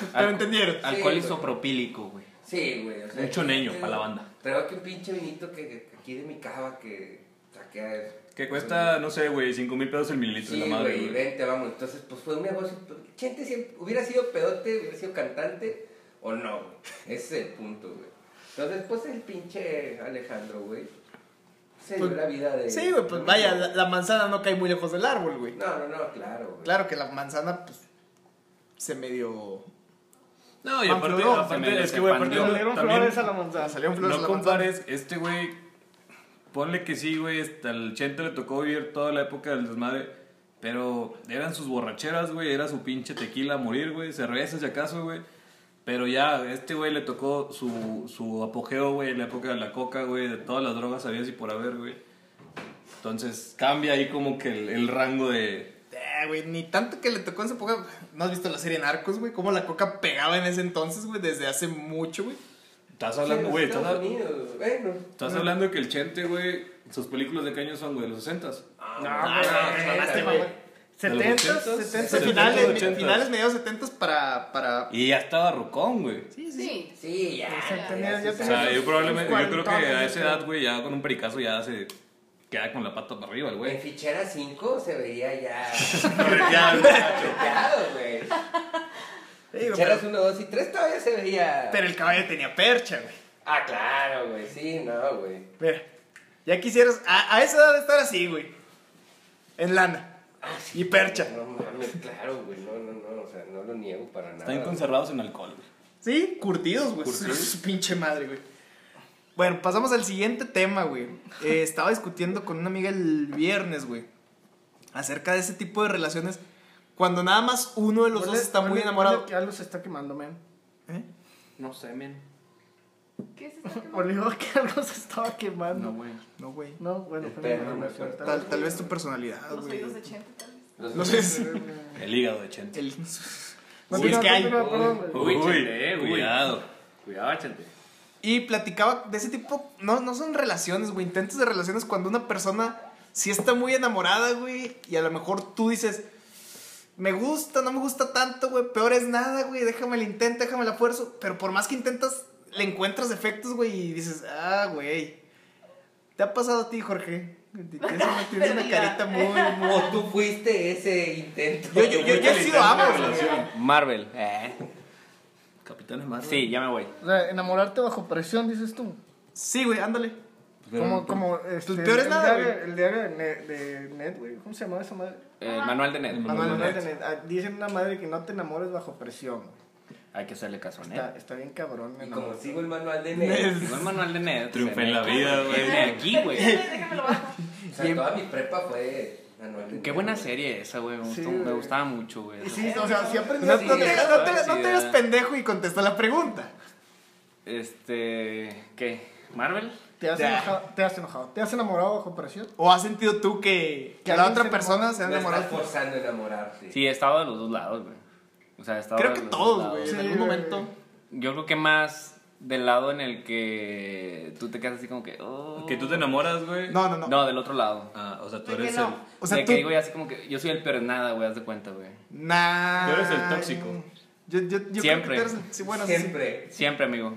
S1: Pero entendieron.
S2: Alcohol
S6: Sí, güey.
S2: isopropílico, güey.
S6: Sí, güey. O sea,
S4: Un choneño
S6: tengo-
S4: pa' la banda.
S6: Traigo aquí un pinche vinito que, que aquí de mi cava que saqué.
S4: Que cuesta, no sé, güey, 5 mil pesos el mililitro
S6: Sí,
S4: la madre, güey.
S6: güey, vente, vamos. Entonces, pues fue un negocio. Chente siempre, hubiera sido pedote, hubiera sido cantante o no, güey. Ese es el punto, güey. Entonces, pues el pinche Alejandro, güey, se
S1: Pues-
S6: dio la vida de.
S1: Sí, güey, pues vaya, la, la manzana no cae muy lejos del árbol, güey.
S6: No, no, no, claro, güey.
S1: Claro que la manzana, pues, se medio...
S4: No, y
S1: Pan
S4: aparte,
S1: florón,
S4: aparte,
S2: se me
S4: es que, güey, aparte
S2: expandió.
S4: no,
S5: Salieron
S4: también
S5: flores a la manzana.
S1: Salieron flores
S4: no
S1: a la manzana.
S4: compares, este güey, ponle que sí, güey, hasta el Chente le tocó vivir toda la época del desmadre, pero eran sus borracheras, güey, era su pinche tequila a morir, güey, cervezas si acaso, güey. Pero ya, este güey le tocó su, su apogeo, güey, en la época de la coca, güey, de todas las drogas habías y por haber, güey. Entonces cambia ahí como que el, el rango de...
S1: Eh, güey, ni tanto que le tocó en esa época. ¿No has visto la serie Narcos, güey? Cómo la coca pegaba en ese entonces, güey, desde hace mucho, güey.
S4: Estás
S6: Sí,
S4: hablando,
S6: los
S4: güey, estás,
S6: Estados Unidos, güey, bueno.
S4: estás hablando que el Chente, güey, sus películas de caño son, güey, de los 60s.
S6: Ah,
S5: No, güey,
S6: güey.
S5: güey.
S4: De los
S5: 70s,
S4: 80s,
S5: 70s,
S1: Ese Eh, Pues, finales,
S4: 70s, 80s.
S1: finales mediados 70 para, para...
S4: Y ya estaba rocón, güey.
S7: Sí.
S6: Sí, ya.
S5: Ya
S6: ya,
S5: tenía-
S6: sí,
S5: ya
S6: sí,
S4: O
S5: tenía-
S4: sea, yo probablemente, yo creo que a esa
S5: Cuarentones,
S4: edad, güey, ya con un pericazo ya se queda con la pata para arriba, el
S6: En
S4: güey.
S6: fichera 5 se veía ya.
S4: Ya,
S6: Pegado, güey.
S1: Sí, güey,
S6: Ficheras
S1: pero,
S6: 1, 2 y 3 todavía se veía.
S1: pero el caballo tenía percha, güey.
S6: Ah, claro, güey. Sí, no, güey.
S1: Mira, ya quisieras... A, a esa edad estar así, güey. En lana. Y percha.
S6: No mames, claro, güey. No, no, no. O sea, no lo niego para nada.
S4: están conservados en alcohol, güey.
S1: Sí, curtidos, güey. Su pinche madre, güey. Bueno, pasamos al siguiente tema, güey. Eh, estaba discutiendo con una amiga el viernes, güey. Acerca de ese tipo de relaciones. Cuando nada más uno de los dos
S5: Ponle-
S1: está muy
S5: ponle-
S1: enamorado.
S5: ponle que algo se está quemando, men.
S1: ¿Eh?
S2: No sé, men.
S7: ¿Qué es eso?
S5: Olvidó que algo se estaba quemando.
S2: güey.
S1: No, güey.
S5: No, bueno,
S6: El
S5: fue
S6: perro,
S5: mi imaginación,
S6: el
S5: tal
S6: perro.
S1: Tal,
S5: vez.
S1: tal vez tu personalidad,
S7: Los
S1: güey.
S7: oídos de Chente, tal vez.
S6: Los-
S1: No sé si-
S4: El hígado de Chente.
S1: el-
S5: No,
S1: si es
S5: no,
S1: que
S5: no,
S1: hay.
S5: no, perdón, güey.
S2: Uy, Chente, uy.
S4: cuidado.
S2: Cuidado, chente.
S1: Y platicaba de ese tipo, no, no son relaciones, güey, intentos de relaciones cuando una persona sí está muy enamorada, güey, y a lo mejor tú dices, me gusta, no me gusta tanto, güey, peor es nada, güey, déjame el intento, déjame la fuerzo, pero por más que intentas, le encuentras defectos, güey, y dices, ah, güey, ¿te ha pasado a ti, Jorge? Tienes una, tienes una
S7: Perdida.
S1: carita muy, muy...
S6: O tú fuiste ese intento.
S1: Yo, yo, yo, yo he sido ambas, güey.
S2: Marvel. Eh.
S4: Capitanes Marvel.
S2: Sí, ya me voy.
S5: O sea, enamorarte bajo presión, dices tú.
S1: Sí, güey, ándale.
S5: Como, como, este,
S1: peor es
S5: el
S1: nada,
S5: diario-
S1: güey.
S5: El diario de Ne- de Ned, güey, ¿cómo se llamaba esa madre?
S2: El Eh, manual de Ned.
S4: Manual de
S5: Manuel de Ned. Ah, Dicen una madre que no te enamores bajo presión. güey.
S2: Hay que hacerle caso a Ned.
S5: Está, está bien cabrón.
S6: Y como
S5: enamorarse.
S6: sigo el manual de Ned.
S2: Igual manual de Ned.
S4: Triunfé en la vida, güey.
S2: Viene aquí, güey.
S7: Permíteme, déjame lo bajo.
S6: O sea, toda mi prepa fue manual de
S2: Qué
S6: Ned,
S2: buena
S6: güey.
S2: serie esa, güey. Me, gustó-
S5: Sí,
S2: me
S5: güey.
S2: gustaba mucho, güey.
S5: Sí, o sea, siempre
S1: No, no te, no te- no te hagas
S2: Sí,
S1: pendejo y contesta la pregunta.
S2: Este. ¿Qué? ¿Marvel?
S5: te has,
S1: Ya.
S5: enojado, te has enojado. ¿Te has enamorado bajo presión?
S1: ¿O has sentido tú que, que
S5: Que
S1: la
S5: alguien
S1: otra
S5: se
S1: persona se ha
S6: No estás
S1: enamorado?
S6: forzando a enamorarte.
S2: Sí, he estado de los dos lados, güey. O sea, he estado
S1: Creo
S2: de
S1: que
S2: los
S1: todos,
S2: dos
S1: güey.
S2: lados.
S1: en
S5: Sí,
S1: algún
S5: güey.
S1: momento.
S2: Yo creo que más del lado en el que tú te quedas así como que. oh.
S4: Que tú te enamoras, güey.
S1: No, no, no.
S2: No. del otro lado.
S4: Ah, o sea, tú
S7: ¿De qué
S4: eres
S7: no?
S4: el...
S1: O sea,
S2: de
S1: tú-
S2: que digo ya así como que yo soy el peor en nada, güey, haz de cuenta, güey.
S1: Nah.
S4: Tú eres el tóxico.
S1: Yo, yo, yo
S2: Siempre.
S1: Creo que tú eres, sí, bueno, sí, sí.
S6: Siempre.
S2: Siempre, amigo.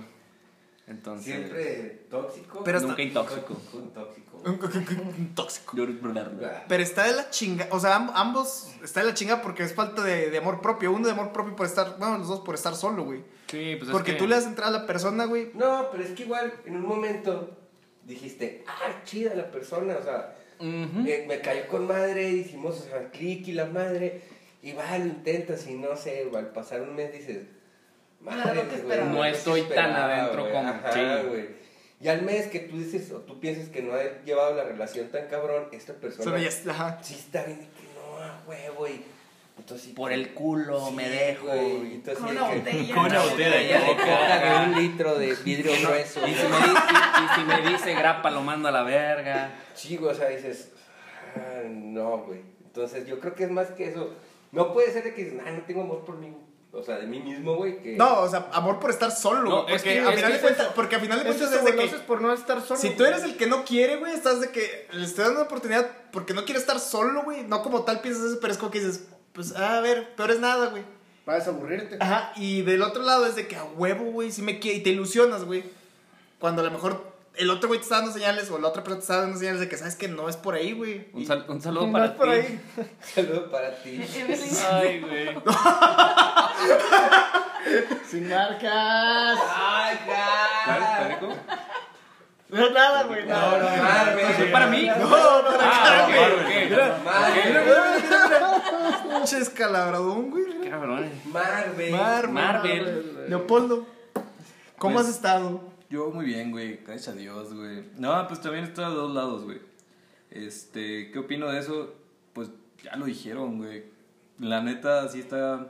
S2: Entonces.
S6: Siempre tóxico.
S1: Pero
S2: Nunca intóxico.
S6: Un tóxico.
S1: Un- un- un tóxico.
S2: Yo creo que
S6: Ah.
S1: Pero está de la chinga. O sea, am- ambos está de la chinga porque es falta de, de amor propio. Uno de amor propio por estar. Bueno, los dos por estar solo, güey.
S2: Sí, pues
S1: porque
S2: es que...
S1: tú le das entrada a la persona, güey.
S6: No, pero es que igual en un momento dijiste, ah, chida la persona, o sea,
S7: Mm.
S2: Ujú.
S6: Eh, me, me cayó con madre, hicimos, o sea, clic y la madre, y va, lo intentas y no sé, al pasar un mes dices,
S7: Ah, No era
S6: madre,
S7: lo que
S6: güey,
S7: esperaba".
S2: No
S6: es lo
S2: estoy
S6: que
S2: tan
S6: esperaba,
S2: adentro
S6: güey,
S2: como-
S6: ajá,
S2: sí.
S6: güey. Y al mes que tú dices, o tú piensas que no ha llevado la relación tan cabrón, esta persona
S1: Solo ya está. ajá.
S6: sí está bien, y que no, a huevo, y entonces...
S2: Por el culo me dejo,
S6: güey,
S2: güey.
S6: y entonces
S7: Con
S6: de
S7: una
S6: que-
S7: botella.
S4: Con una botella de
S6: de coca de un litro de vidrio grueso.
S2: Y si, me dice, y si me dice grapa, lo mando a la verga.
S6: Chigo, o sea, dices, "Ah, no, güey. Entonces yo creo que es más que eso. No puede ser de que dices, ah, no tengo amor por mí, o sea, de mí mismo, güey. Que...
S1: No, o sea, amor por estar solo,
S2: No,
S1: güey.
S2: es
S1: Porque,
S2: que-
S1: a
S2: es
S1: final
S2: que
S1: de
S2: es
S1: cuentas- porque a final de
S5: Eso
S1: cuentas
S5: te
S1: es de que.
S5: conoces por no estar solo.
S1: Si tú eres el que no quiere, güey, estás de que le estoy dando una oportunidad porque no quiere estar solo, güey. No como tal piensas eso, pero es como que dices, pues a ver, peor es nada, güey.
S5: Vas a aburrirte.
S1: Ajá, y del otro lado es de que a huevo, güey, si me quiere y te ilusionas, güey. Cuando a lo mejor el otro güey te está dando señales o la otra persona te está dando señales de que sabes que no es por ahí, güey.
S2: Un,
S1: Y-
S2: sal- un saludo
S5: No
S2: para
S5: es por
S2: ti.
S5: ahí.
S6: Saludo para ti.
S7: Evelyn.
S2: Ay, güey.
S5: Sin marcas.
S6: ¡Ay,
S4: ¿Cuál?
S6: ya!
S4: ¿Perico?
S5: No es nada, güey.
S6: No,
S5: Nada.
S6: no, mames.
S2: ¿Es para mí?
S1: No, no,
S2: Ah, ok, ok.
S6: Marvel,
S1: no, pinche escalabradón, güey. mira.
S2: Cabrón.
S6: Marvel.
S1: Mar,
S2: Marvel.
S1: Leopoldo, ¿cómo
S4: Pues-
S1: has estado?
S4: Yo muy bien, güey. Gracias a Dios, güey. No, pues también está de dos lados, güey. Este, ¿qué opino de eso? Pues ya lo dijeron, güey. La neta, sí está.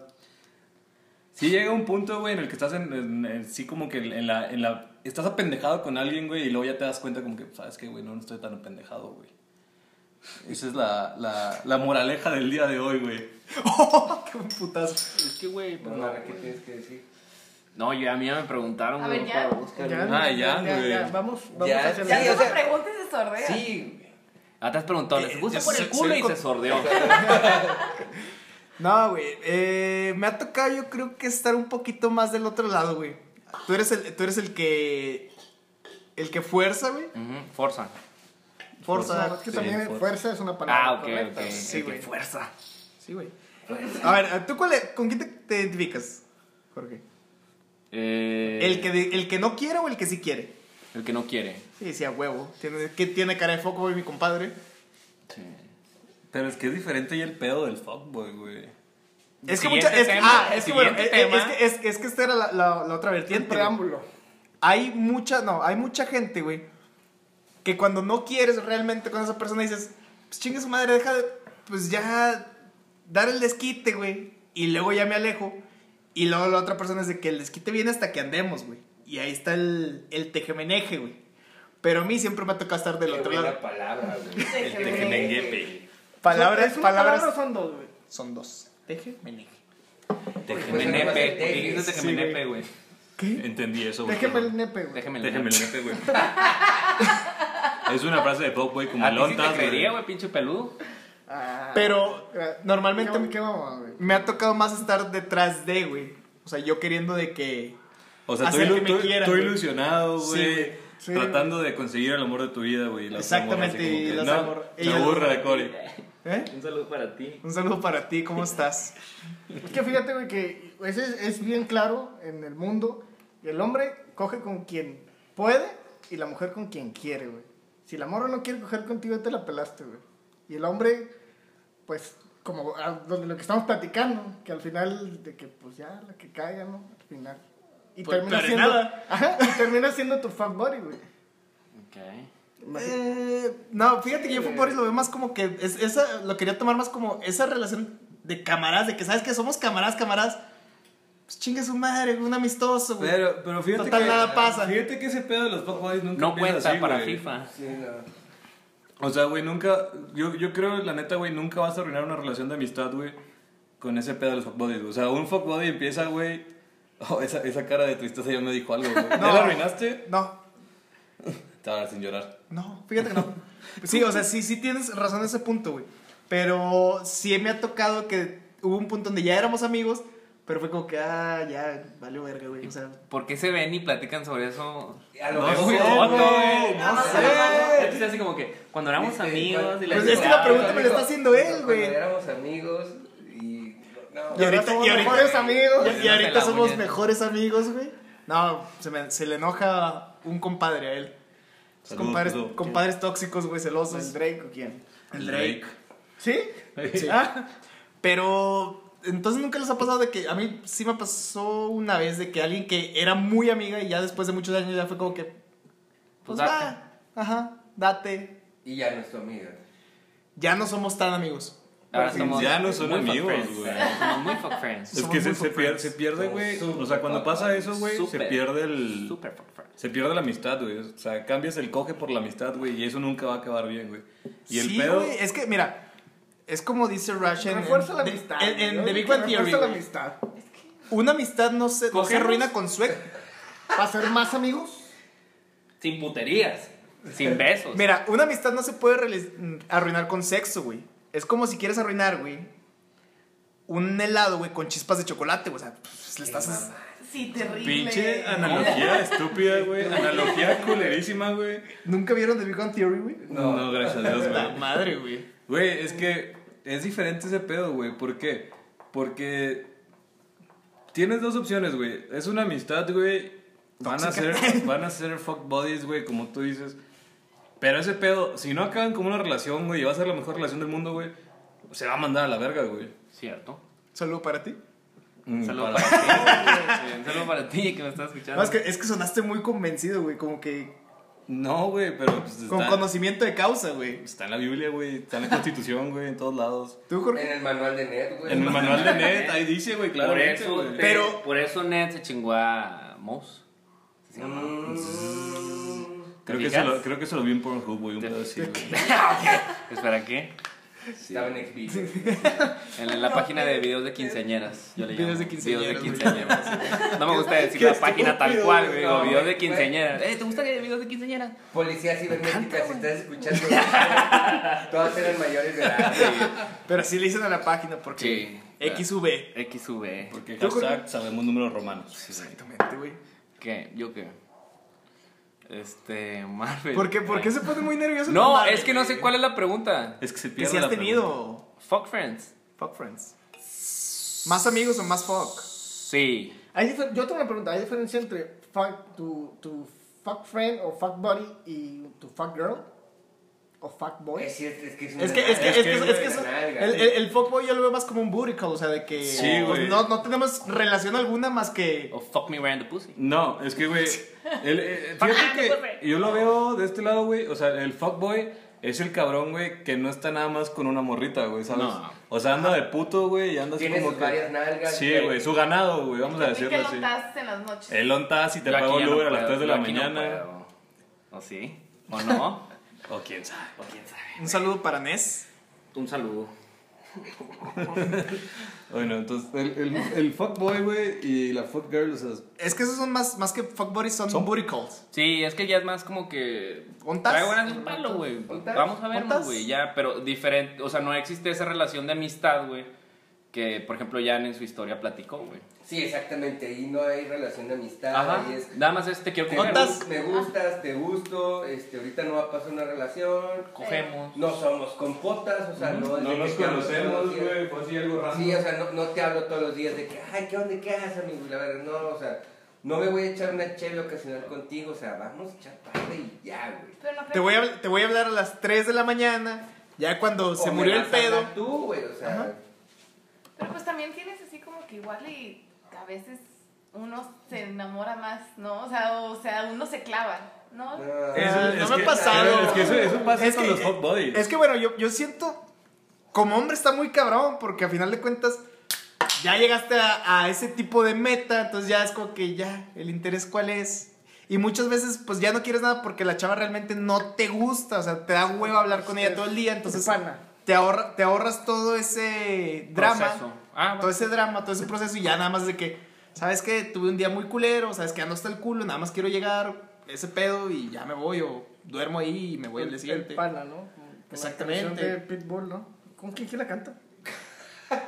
S4: Sí llega un punto, güey, en el que estás en, en- en- sí como que en la, en la... Estás apendejado con alguien, güey, y luego ya te das cuenta como que, pues, ¿sabes qué, güey? No, no estoy tan apendejado, güey. Esa es la, la, la moraleja del día de hoy, güey.
S1: Qué putazo.
S2: Es que, güey,
S6: No,
S2: pero-
S6: Mara, ¿qué tienes que decir?
S2: No, yo, a mí ya me preguntaron,
S7: A
S2: güey.
S7: ver, ya.
S4: Ah, ya, güey.
S5: Vamos, vamos
S6: Ya,
S5: a hacer
S7: Ya
S6: Sí, o
S7: solo
S6: sea-
S7: preguntas y se sordea.
S6: Sí.
S2: Ah, te has preguntado, les gusta
S1: Eh,
S2: por
S1: soy-
S2: el culo
S1: soy
S2: y
S1: con-
S2: se sordeó.
S1: No, güey. eh, me ha tocado, yo creo que estar un poquito más del otro lado, güey. Tú eres el, tú eres el que. El que fuerza, güey.
S2: Ujú, Forza.
S1: Forza.
S5: No, es que también
S4: fuerza.
S5: fuerza es una palabra.
S2: Ah, ok,
S5: correcta.
S2: ok.
S1: Sí,
S2: El que
S1: güey.
S2: Fuerza.
S1: Sí, güey. A ver, ¿tú cuál es- con quién te, te identificas, Jorge?
S2: Eh,
S1: ¿El que, de- ¿El que no quiere o el que sí quiere?
S2: El que no quiere.
S1: Sí, sí, a huevo. Tiene, que tiene cara de foco, güey, mi compadre.
S4: Pero es que es diferente ya el pedo del fuckboy, güey.
S1: Es que
S2: Siguiente
S1: mucha. Es,
S2: tema,
S1: ah, es que bueno, es,
S2: siguiente
S1: es
S2: tema.
S1: que, es, es que esta era la, la- la otra
S5: El
S1: vertiente. güey.
S5: preámbulo.
S1: Hay mucha, no, hay mucha gente, güey, que cuando no quieres realmente con esa persona dices, pues chingue su madre, deja de, pues ya, dar el desquite, güey. Y luego ya me alejo. Y luego la otra persona es de que el desquite viene hasta que andemos, güey. Y ahí está el, el tejemeneje, güey. Pero a mí siempre me ha tocado estar del
S6: Qué
S1: otro
S6: buena
S1: lado.
S6: palabra, güey.
S7: Te
S4: El
S7: quemé.
S4: tejemenguepe.
S1: Palabras,
S5: Es una
S1: palabras
S5: palabra, son dos, güey.
S1: son dos. Tejemeneje.
S2: Tejemenepe.
S6: Pues,
S2: ¿Qué dices de
S1: sí, güey.
S2: tejemenepe, güey?
S4: Entendí eso, güey.
S5: Déjeme el nepe, güey.
S2: Déjeme
S4: Déjeme el nepe, güey. es una frase de pop, güey, como
S2: A ti sí
S4: lontas,
S2: te creería, güey, pinche peludo.
S5: Ah,
S1: Pero
S5: eh,
S1: normalmente
S5: ¿Qué, qué vamos, güey?
S1: me ha tocado más estar detrás de, güey. O sea, yo queriendo de que...
S4: O sea, estoy,
S1: Hacer que me quieran, güey.
S4: ilusionado,
S1: Sí,
S4: güey.
S1: güey.
S5: Sí.
S4: Tratando de conseguir el amor de tu vida, güey. La otra morra así
S1: Exactamente,
S4: como
S1: y
S4: que,
S1: las
S4: no,
S1: amor-
S4: se
S1: ellas-
S4: aburre de Cory.
S1: ¿Eh?
S2: Un saludo para ti.
S1: Un saludo para ti, ¿cómo estás?
S5: Es que fíjate, güey, que ese es, es bien claro en el mundo. El hombre coge con quien puede y la mujer con quien quiere, güey. Si la morra no quiere coger contigo, te la pelaste, güey. Y el hombre, pues, como a donde lo que estamos platicando, que al final, de que pues ya, la que caiga, ¿no? Al final. Y
S1: Pues,
S5: termina
S1: pero y
S5: siendo.
S1: nada.
S5: Ajá, y termina siendo tu fuck buddy, güey.
S2: Ok.
S5: Imagínate.
S1: Eh, no, fíjate que yo por lo veo más como que es, esa, lo quería tomar más como esa relación de camaradas, de que sabes que somos camaradas, camaradas. Pues chingue su madre, güey, un amistoso, güey.
S4: Pero, pero fíjate
S1: Total,
S4: que...
S1: nada pasa.
S4: Fíjate que ese pedo de los pop boys nunca
S2: No
S4: empieza
S2: cuenta
S4: así,
S2: para
S4: güey.
S2: FIFA.
S6: Sí, no.
S4: O sea, güey, nunca... Yo, yo creo, la neta, güey, nunca vas a arruinar una relación de amistad, güey, con ese pedo de los fuckboys. güey. O sea, un fuckbody empieza, güey... Oh, esa, esa cara de tristeza ya me dijo algo, güey. ¿Ya
S1: No.
S4: la arruinaste?
S1: No,
S4: Te vas a dar sin llorar.
S1: no, fíjate que no. Sí, o sea, sí, sí tienes razón en ese punto, güey. Pero sí me ha tocado que hubo un punto donde ya éramos amigos, pero fue como que, ah, ya, valió verga, güey. O sea,
S2: ¿Por qué se ven y platican sobre eso?
S6: A lo
S4: No
S6: mejor-
S4: sé,
S6: No,
S4: güey,
S6: no
S2: Ah,
S6: sé.
S2: no, no, no. así como que cuando éramos
S6: Este,
S2: amigos y
S6: cuando-
S1: Pues es que la pregunta me la está haciendo él,
S6: Cuando
S1: güey.
S6: éramos amigos y... No,
S1: Y ahorita-
S5: somos
S1: y ahorita-
S5: mejores amigos.
S1: Y, y ahorita
S2: la
S1: somos
S2: uña.
S1: mejores amigos, güey. No, se, me- se le enoja un compadre a él. Los
S4: Saludos,
S1: compadres,
S4: saludos.
S1: compadres tóxicos, güey, celosos.
S5: ¿El Drake o quién?
S1: El Drake.
S5: ¿Sí?
S1: Sí. Ah. Pero entonces nunca les ha pasado de que a mí sí me pasó una vez de que alguien que era muy amiga y ya después de muchos años ya fue como que pues
S2: Pues date.
S1: va, ajá, date.
S6: Y ya no es tu amiga.
S1: Ya no somos tan amigos.
S2: Ahora somos
S4: Ya no son
S2: muy fuck
S4: amigos,
S2: friends.
S4: güey.
S2: Somos muy fuck friends.
S4: Es
S1: Somos
S4: que
S1: muy
S4: se, se
S1: fuck
S4: pierde,
S1: friends.
S4: se pierde, güey.
S6: Somos
S4: O sea, cuando
S6: super
S4: pasa
S6: fuck
S4: eso, güey, se
S2: Super.
S4: pierde el.
S2: Super fuck friends.
S4: Se pierde la amistad, güey. O sea, cambias el coge por la amistad, güey. Y eso nunca va a acabar bien, güey. Y el
S1: sí,
S4: pedo.
S1: güey, es que mira, es como dice Rush en,
S5: Refuerza la
S1: de-
S5: amistad.
S1: en- en
S5: ¿no?
S1: The Big
S5: Que
S1: Bang Theory.
S5: Refuerza la
S1: güey.
S5: amistad.
S1: Una amistad no se, no se
S2: ¿Cogemos?
S1: arruina con sueco.
S5: ¿Para ser más amigos?
S2: Sin puterías. Sin besos.
S1: Mira, una amistad no se puede reali- arruinar con sexo, güey. Es como si quieres arruinar, güey. un helado, güey, con chispas de chocolate, güey. O sea, pues, le estás.
S7: Sí, terrible.
S4: Pinche analogía estúpida, güey. Analogía culerísima, güey.
S1: ¿Nunca vieron The Big Bang Theory, güey?
S4: No, no, gracias a Dios, güey.
S1: La madre, güey.
S4: Güey, es que es diferente ese pedo, güey. ¿Por qué? Porque tienes dos opciones, güey. Es una amistad, güey. Van a ser, van a ser fuck buddies, güey, como tú dices. Pero ese pedo, si no acaban como una relación, güey, y va a ser la mejor relación del mundo, güey, se va a mandar a la verga, güey.
S2: Cierto.
S1: Saludo para ti.
S4: Mm,
S2: Saludos
S4: para-
S2: para ti. güey. Saludos para ti que me estás escuchando.
S1: No, es, que, es que sonaste muy convencido, güey. Como que
S4: No, güey, pero pues,
S1: con
S4: está,
S1: conocimiento de causa, güey.
S4: está en la Biblia, güey. Está en la Constitución, güey, en todos lados.
S1: ¿Tú,
S6: En
S5: Eh.
S1: Jorge?
S6: el manual de Ned, güey.
S4: En el manual de Net, ahí dice, güey,
S2: por
S4: claramente,
S2: eso,
S4: güey.
S1: Pero-
S2: pero, por eso Ned se chingó a Mouse.
S6: Mm.
S4: Creo
S2: ¿Te
S4: que,
S2: fijas?
S4: eso lo, creo que eso lo vi en Pornhub, güey, un pedo así, güey.
S2: ¿Espera qué?
S6: Estaba en XB. güey.
S2: En la, la página de videos de quinceañeras. Yo le llamo.
S1: Videos de quinceañeras,
S2: Videos de quinceañeras. No me gusta decir la página tal cual, güey.
S6: No,
S2: digo, videos
S6: güey.
S2: de quinceañeras. Eh, ¿te gusta que videos de quinceañeras?
S6: Policía cibernética, si estás escuchando, güey, todas eran mayores de edad. güey.
S1: Pero así le dicen a la página porque
S2: Sí.
S1: XV.
S2: XV.
S1: Yo
S4: Porque
S1: creo que-
S4: hashtag sabemos números romanos.
S1: Exactamente, güey.
S2: ¿Qué? ¿Yo qué? Este, Marvel.
S1: ¿Por qué, por qué se pone muy nervioso?
S2: No,
S1: Marvel,
S2: es que no sé
S1: güey?
S2: cuál es la pregunta.
S4: Es que se
S1: Que
S4: pierde
S1: si has
S4: la
S1: tenido
S4: pregunta.
S2: Fuck friends.
S1: fuck friends. ¿Más amigos o más fuck?
S2: Sí.
S5: Hay difer- yo tengo una pregunta, ¿hay diferencia entre fuck, tu, tu fuck friend o fuck buddy y tu fuck girl? ¿O fuck boy?
S6: Es cierto, es que es una
S1: Es que, es que, es que, es que,
S6: güey,
S1: es-
S6: nalga.
S1: el, el, el fuckboy yo lo veo más como un booty call, o sea, de que
S4: Sí,
S1: pues,
S4: güey.
S1: no, no tenemos relación alguna más que...
S2: O fuck me right in the pussy.
S4: No, es que, güey. el- eh, Fíjate que yo lo veo de este lado, güey. O sea, el fuckboy es el cabrón, güey, que no está nada más con una morrita, güey, ¿sabes?
S2: No.
S4: O sea, anda de puto, güey, y anda así
S6: Tiene
S4: como
S6: sus
S4: que-
S6: varias nalgas,
S4: Sí,
S6: güey.
S4: güey, su ganado, güey, vamos a
S7: Y
S4: decirlo
S7: que
S4: así.
S7: lo tasas en las noches.
S4: El ontas y te
S2: Yo aquí
S4: pago
S2: ya
S4: el
S2: no
S4: Uber a las
S2: puedo,
S4: 3 de
S2: yo
S4: la
S2: aquí no
S4: mañana.
S2: puedo. ¿O sí? ¿O no?
S4: o quién sabe.
S2: ¿O quién sabe?
S1: Un saludo para Ness.
S2: Un saludo.
S4: Bueno, entonces, el, el, el fuckboy, güey, y la fuckgirl, o sea,
S1: Es que esos son más, más que fuckboys, son,
S4: Son-
S1: booty calls.
S2: Sí, es que ya es más como que.
S1: ¿Ontas?
S2: Trae buenas de un palo, güey.
S6: ¿Ontas?
S2: Vamos a vernos,
S1: ¿Ontas?
S2: güey. Ya, pero diferente. O sea, no existe esa relación de amistad, güey. Que, por ejemplo, Jan en su historia platicó, güey.
S6: Sí, exactamente. Ahí no hay relación de amistad.
S2: Ajá.
S6: Ahí es.
S2: Nada más es te quiero
S6: Te
S2: coger.
S1: ¿Cuántas?
S6: gu- Me gustas, te gusto. Este, ahorita no va a pasar una relación.
S2: Cogemos.
S6: No somos compotas, o sea, no. es de que quedamos todos los días.
S4: fue así algo
S6: Pues Sí, o sea, no, no te hablo todos los días de que, ay, ¿qué onda? ¿Qué haces, amigo? La verdad, no, o sea, no me voy a echar una chela ocasional contigo, o sea, vamos a echar tarde y ya, güey.
S7: Pero no
S1: Te voy, a, te voy a hablar a las 3 de la mañana, ya cuando Pues se
S6: O me
S1: murió el
S6: vas a
S1: pedo.
S6: hablar Tú, güey, o sea,
S7: Pero pues también tienes así como que igual y a veces uno se enamora más, ¿no? O sea, o sea uno se clava, ¿no?
S6: no.
S1: Eso-
S4: Ah,
S1: no
S4: es
S1: me ha
S4: que-
S1: pasado.
S4: Es que eh, eso, eso pasa
S1: Es
S4: con
S1: que-
S4: los hot buddies.
S1: Es que bueno, yo, yo siento, como hombre está muy cabrón, porque a final de cuentas ya llegaste a, a ese tipo de meta, entonces ya es como que ya, el interés cuál es. Y muchas veces pues ya no quieres nada porque la chava realmente no te gusta, o sea, te da huevo hablar con ella todo el día, entonces
S5: pana.
S1: te, ahorra, te ahorras todo ese
S2: Proceso.
S1: drama,
S2: Ah, bueno.
S1: todo ese drama, todo ese proceso y ya nada más de que, ¿sabes qué? Tuve un día muy culero, ¿sabes que Ando hasta el culo, nada más quiero llegar, ese pedo y ya me voy o duermo ahí y me voy al día
S5: El-
S1: siguiente.
S5: El pana, ¿no? Como la
S1: Exactamente.
S5: canción de Pitbull, ¿no? ¿Con quién, quién la canta?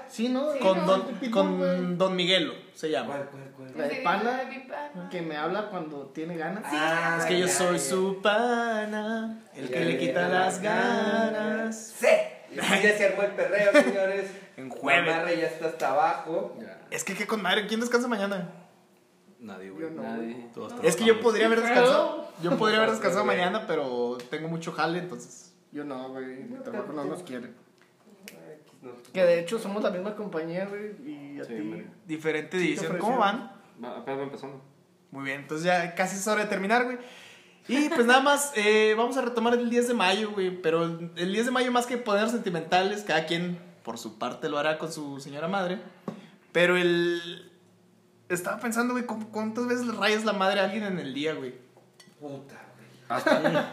S5: sí, ¿no?
S7: Sí,
S1: Con
S7: no,
S1: Don,
S5: Pitbull,
S1: con
S5: güey.
S1: don Miguelo se llama.
S6: ¿Cuál, cuál, cuál?
S5: La de
S7: Sí,
S5: pana,
S7: mi pana.
S5: que me habla cuando tiene ganas.
S6: Ah,
S1: Es que yo
S6: ya,
S1: soy
S6: ya.
S1: su pana, el que
S6: Ya,
S1: le
S6: ya,
S1: quita
S6: ya,
S1: las
S6: ya.
S1: ganas.
S6: ¡Sí! Ya se armó el perreo, señores.
S1: En jueves.
S6: Mamarra ya está hasta abajo.
S1: Es que qué con madre, ¿quién descansa mañana?
S4: Nadie,
S5: Yo
S4: güey.
S5: no,
S4: Nadie. Todos
S1: Es que yo
S4: trabajamos.
S1: podría haber
S5: Qué
S1: descansado. Yo podría haber
S6: Qué
S1: descansado
S6: feo.
S1: mañana, pero tengo mucho jale, entonces.
S5: Yo no, güey. Mi trabajo no nos quiere.
S6: Ay, pues no.
S5: Que de hecho somos la misma compañía, güey. Y a ti.
S1: Diferente
S5: Sí, te
S1: división.
S5: ofrecieron.
S1: ¿Cómo van?
S2: Apenas empezando.
S1: Muy bien, entonces ya casi es hora de terminar, güey. Y pues nada más, eh, vamos a retomar el 10 de mayo, güey. Pero el 10 de mayo, más que poner sentimentales, cada quien por su parte lo hará con su señora madre. Pero el. Estaba pensando, güey, ¿cu- ¿cuántas veces le rayas la madre a alguien en el día, güey?
S6: Puta, güey.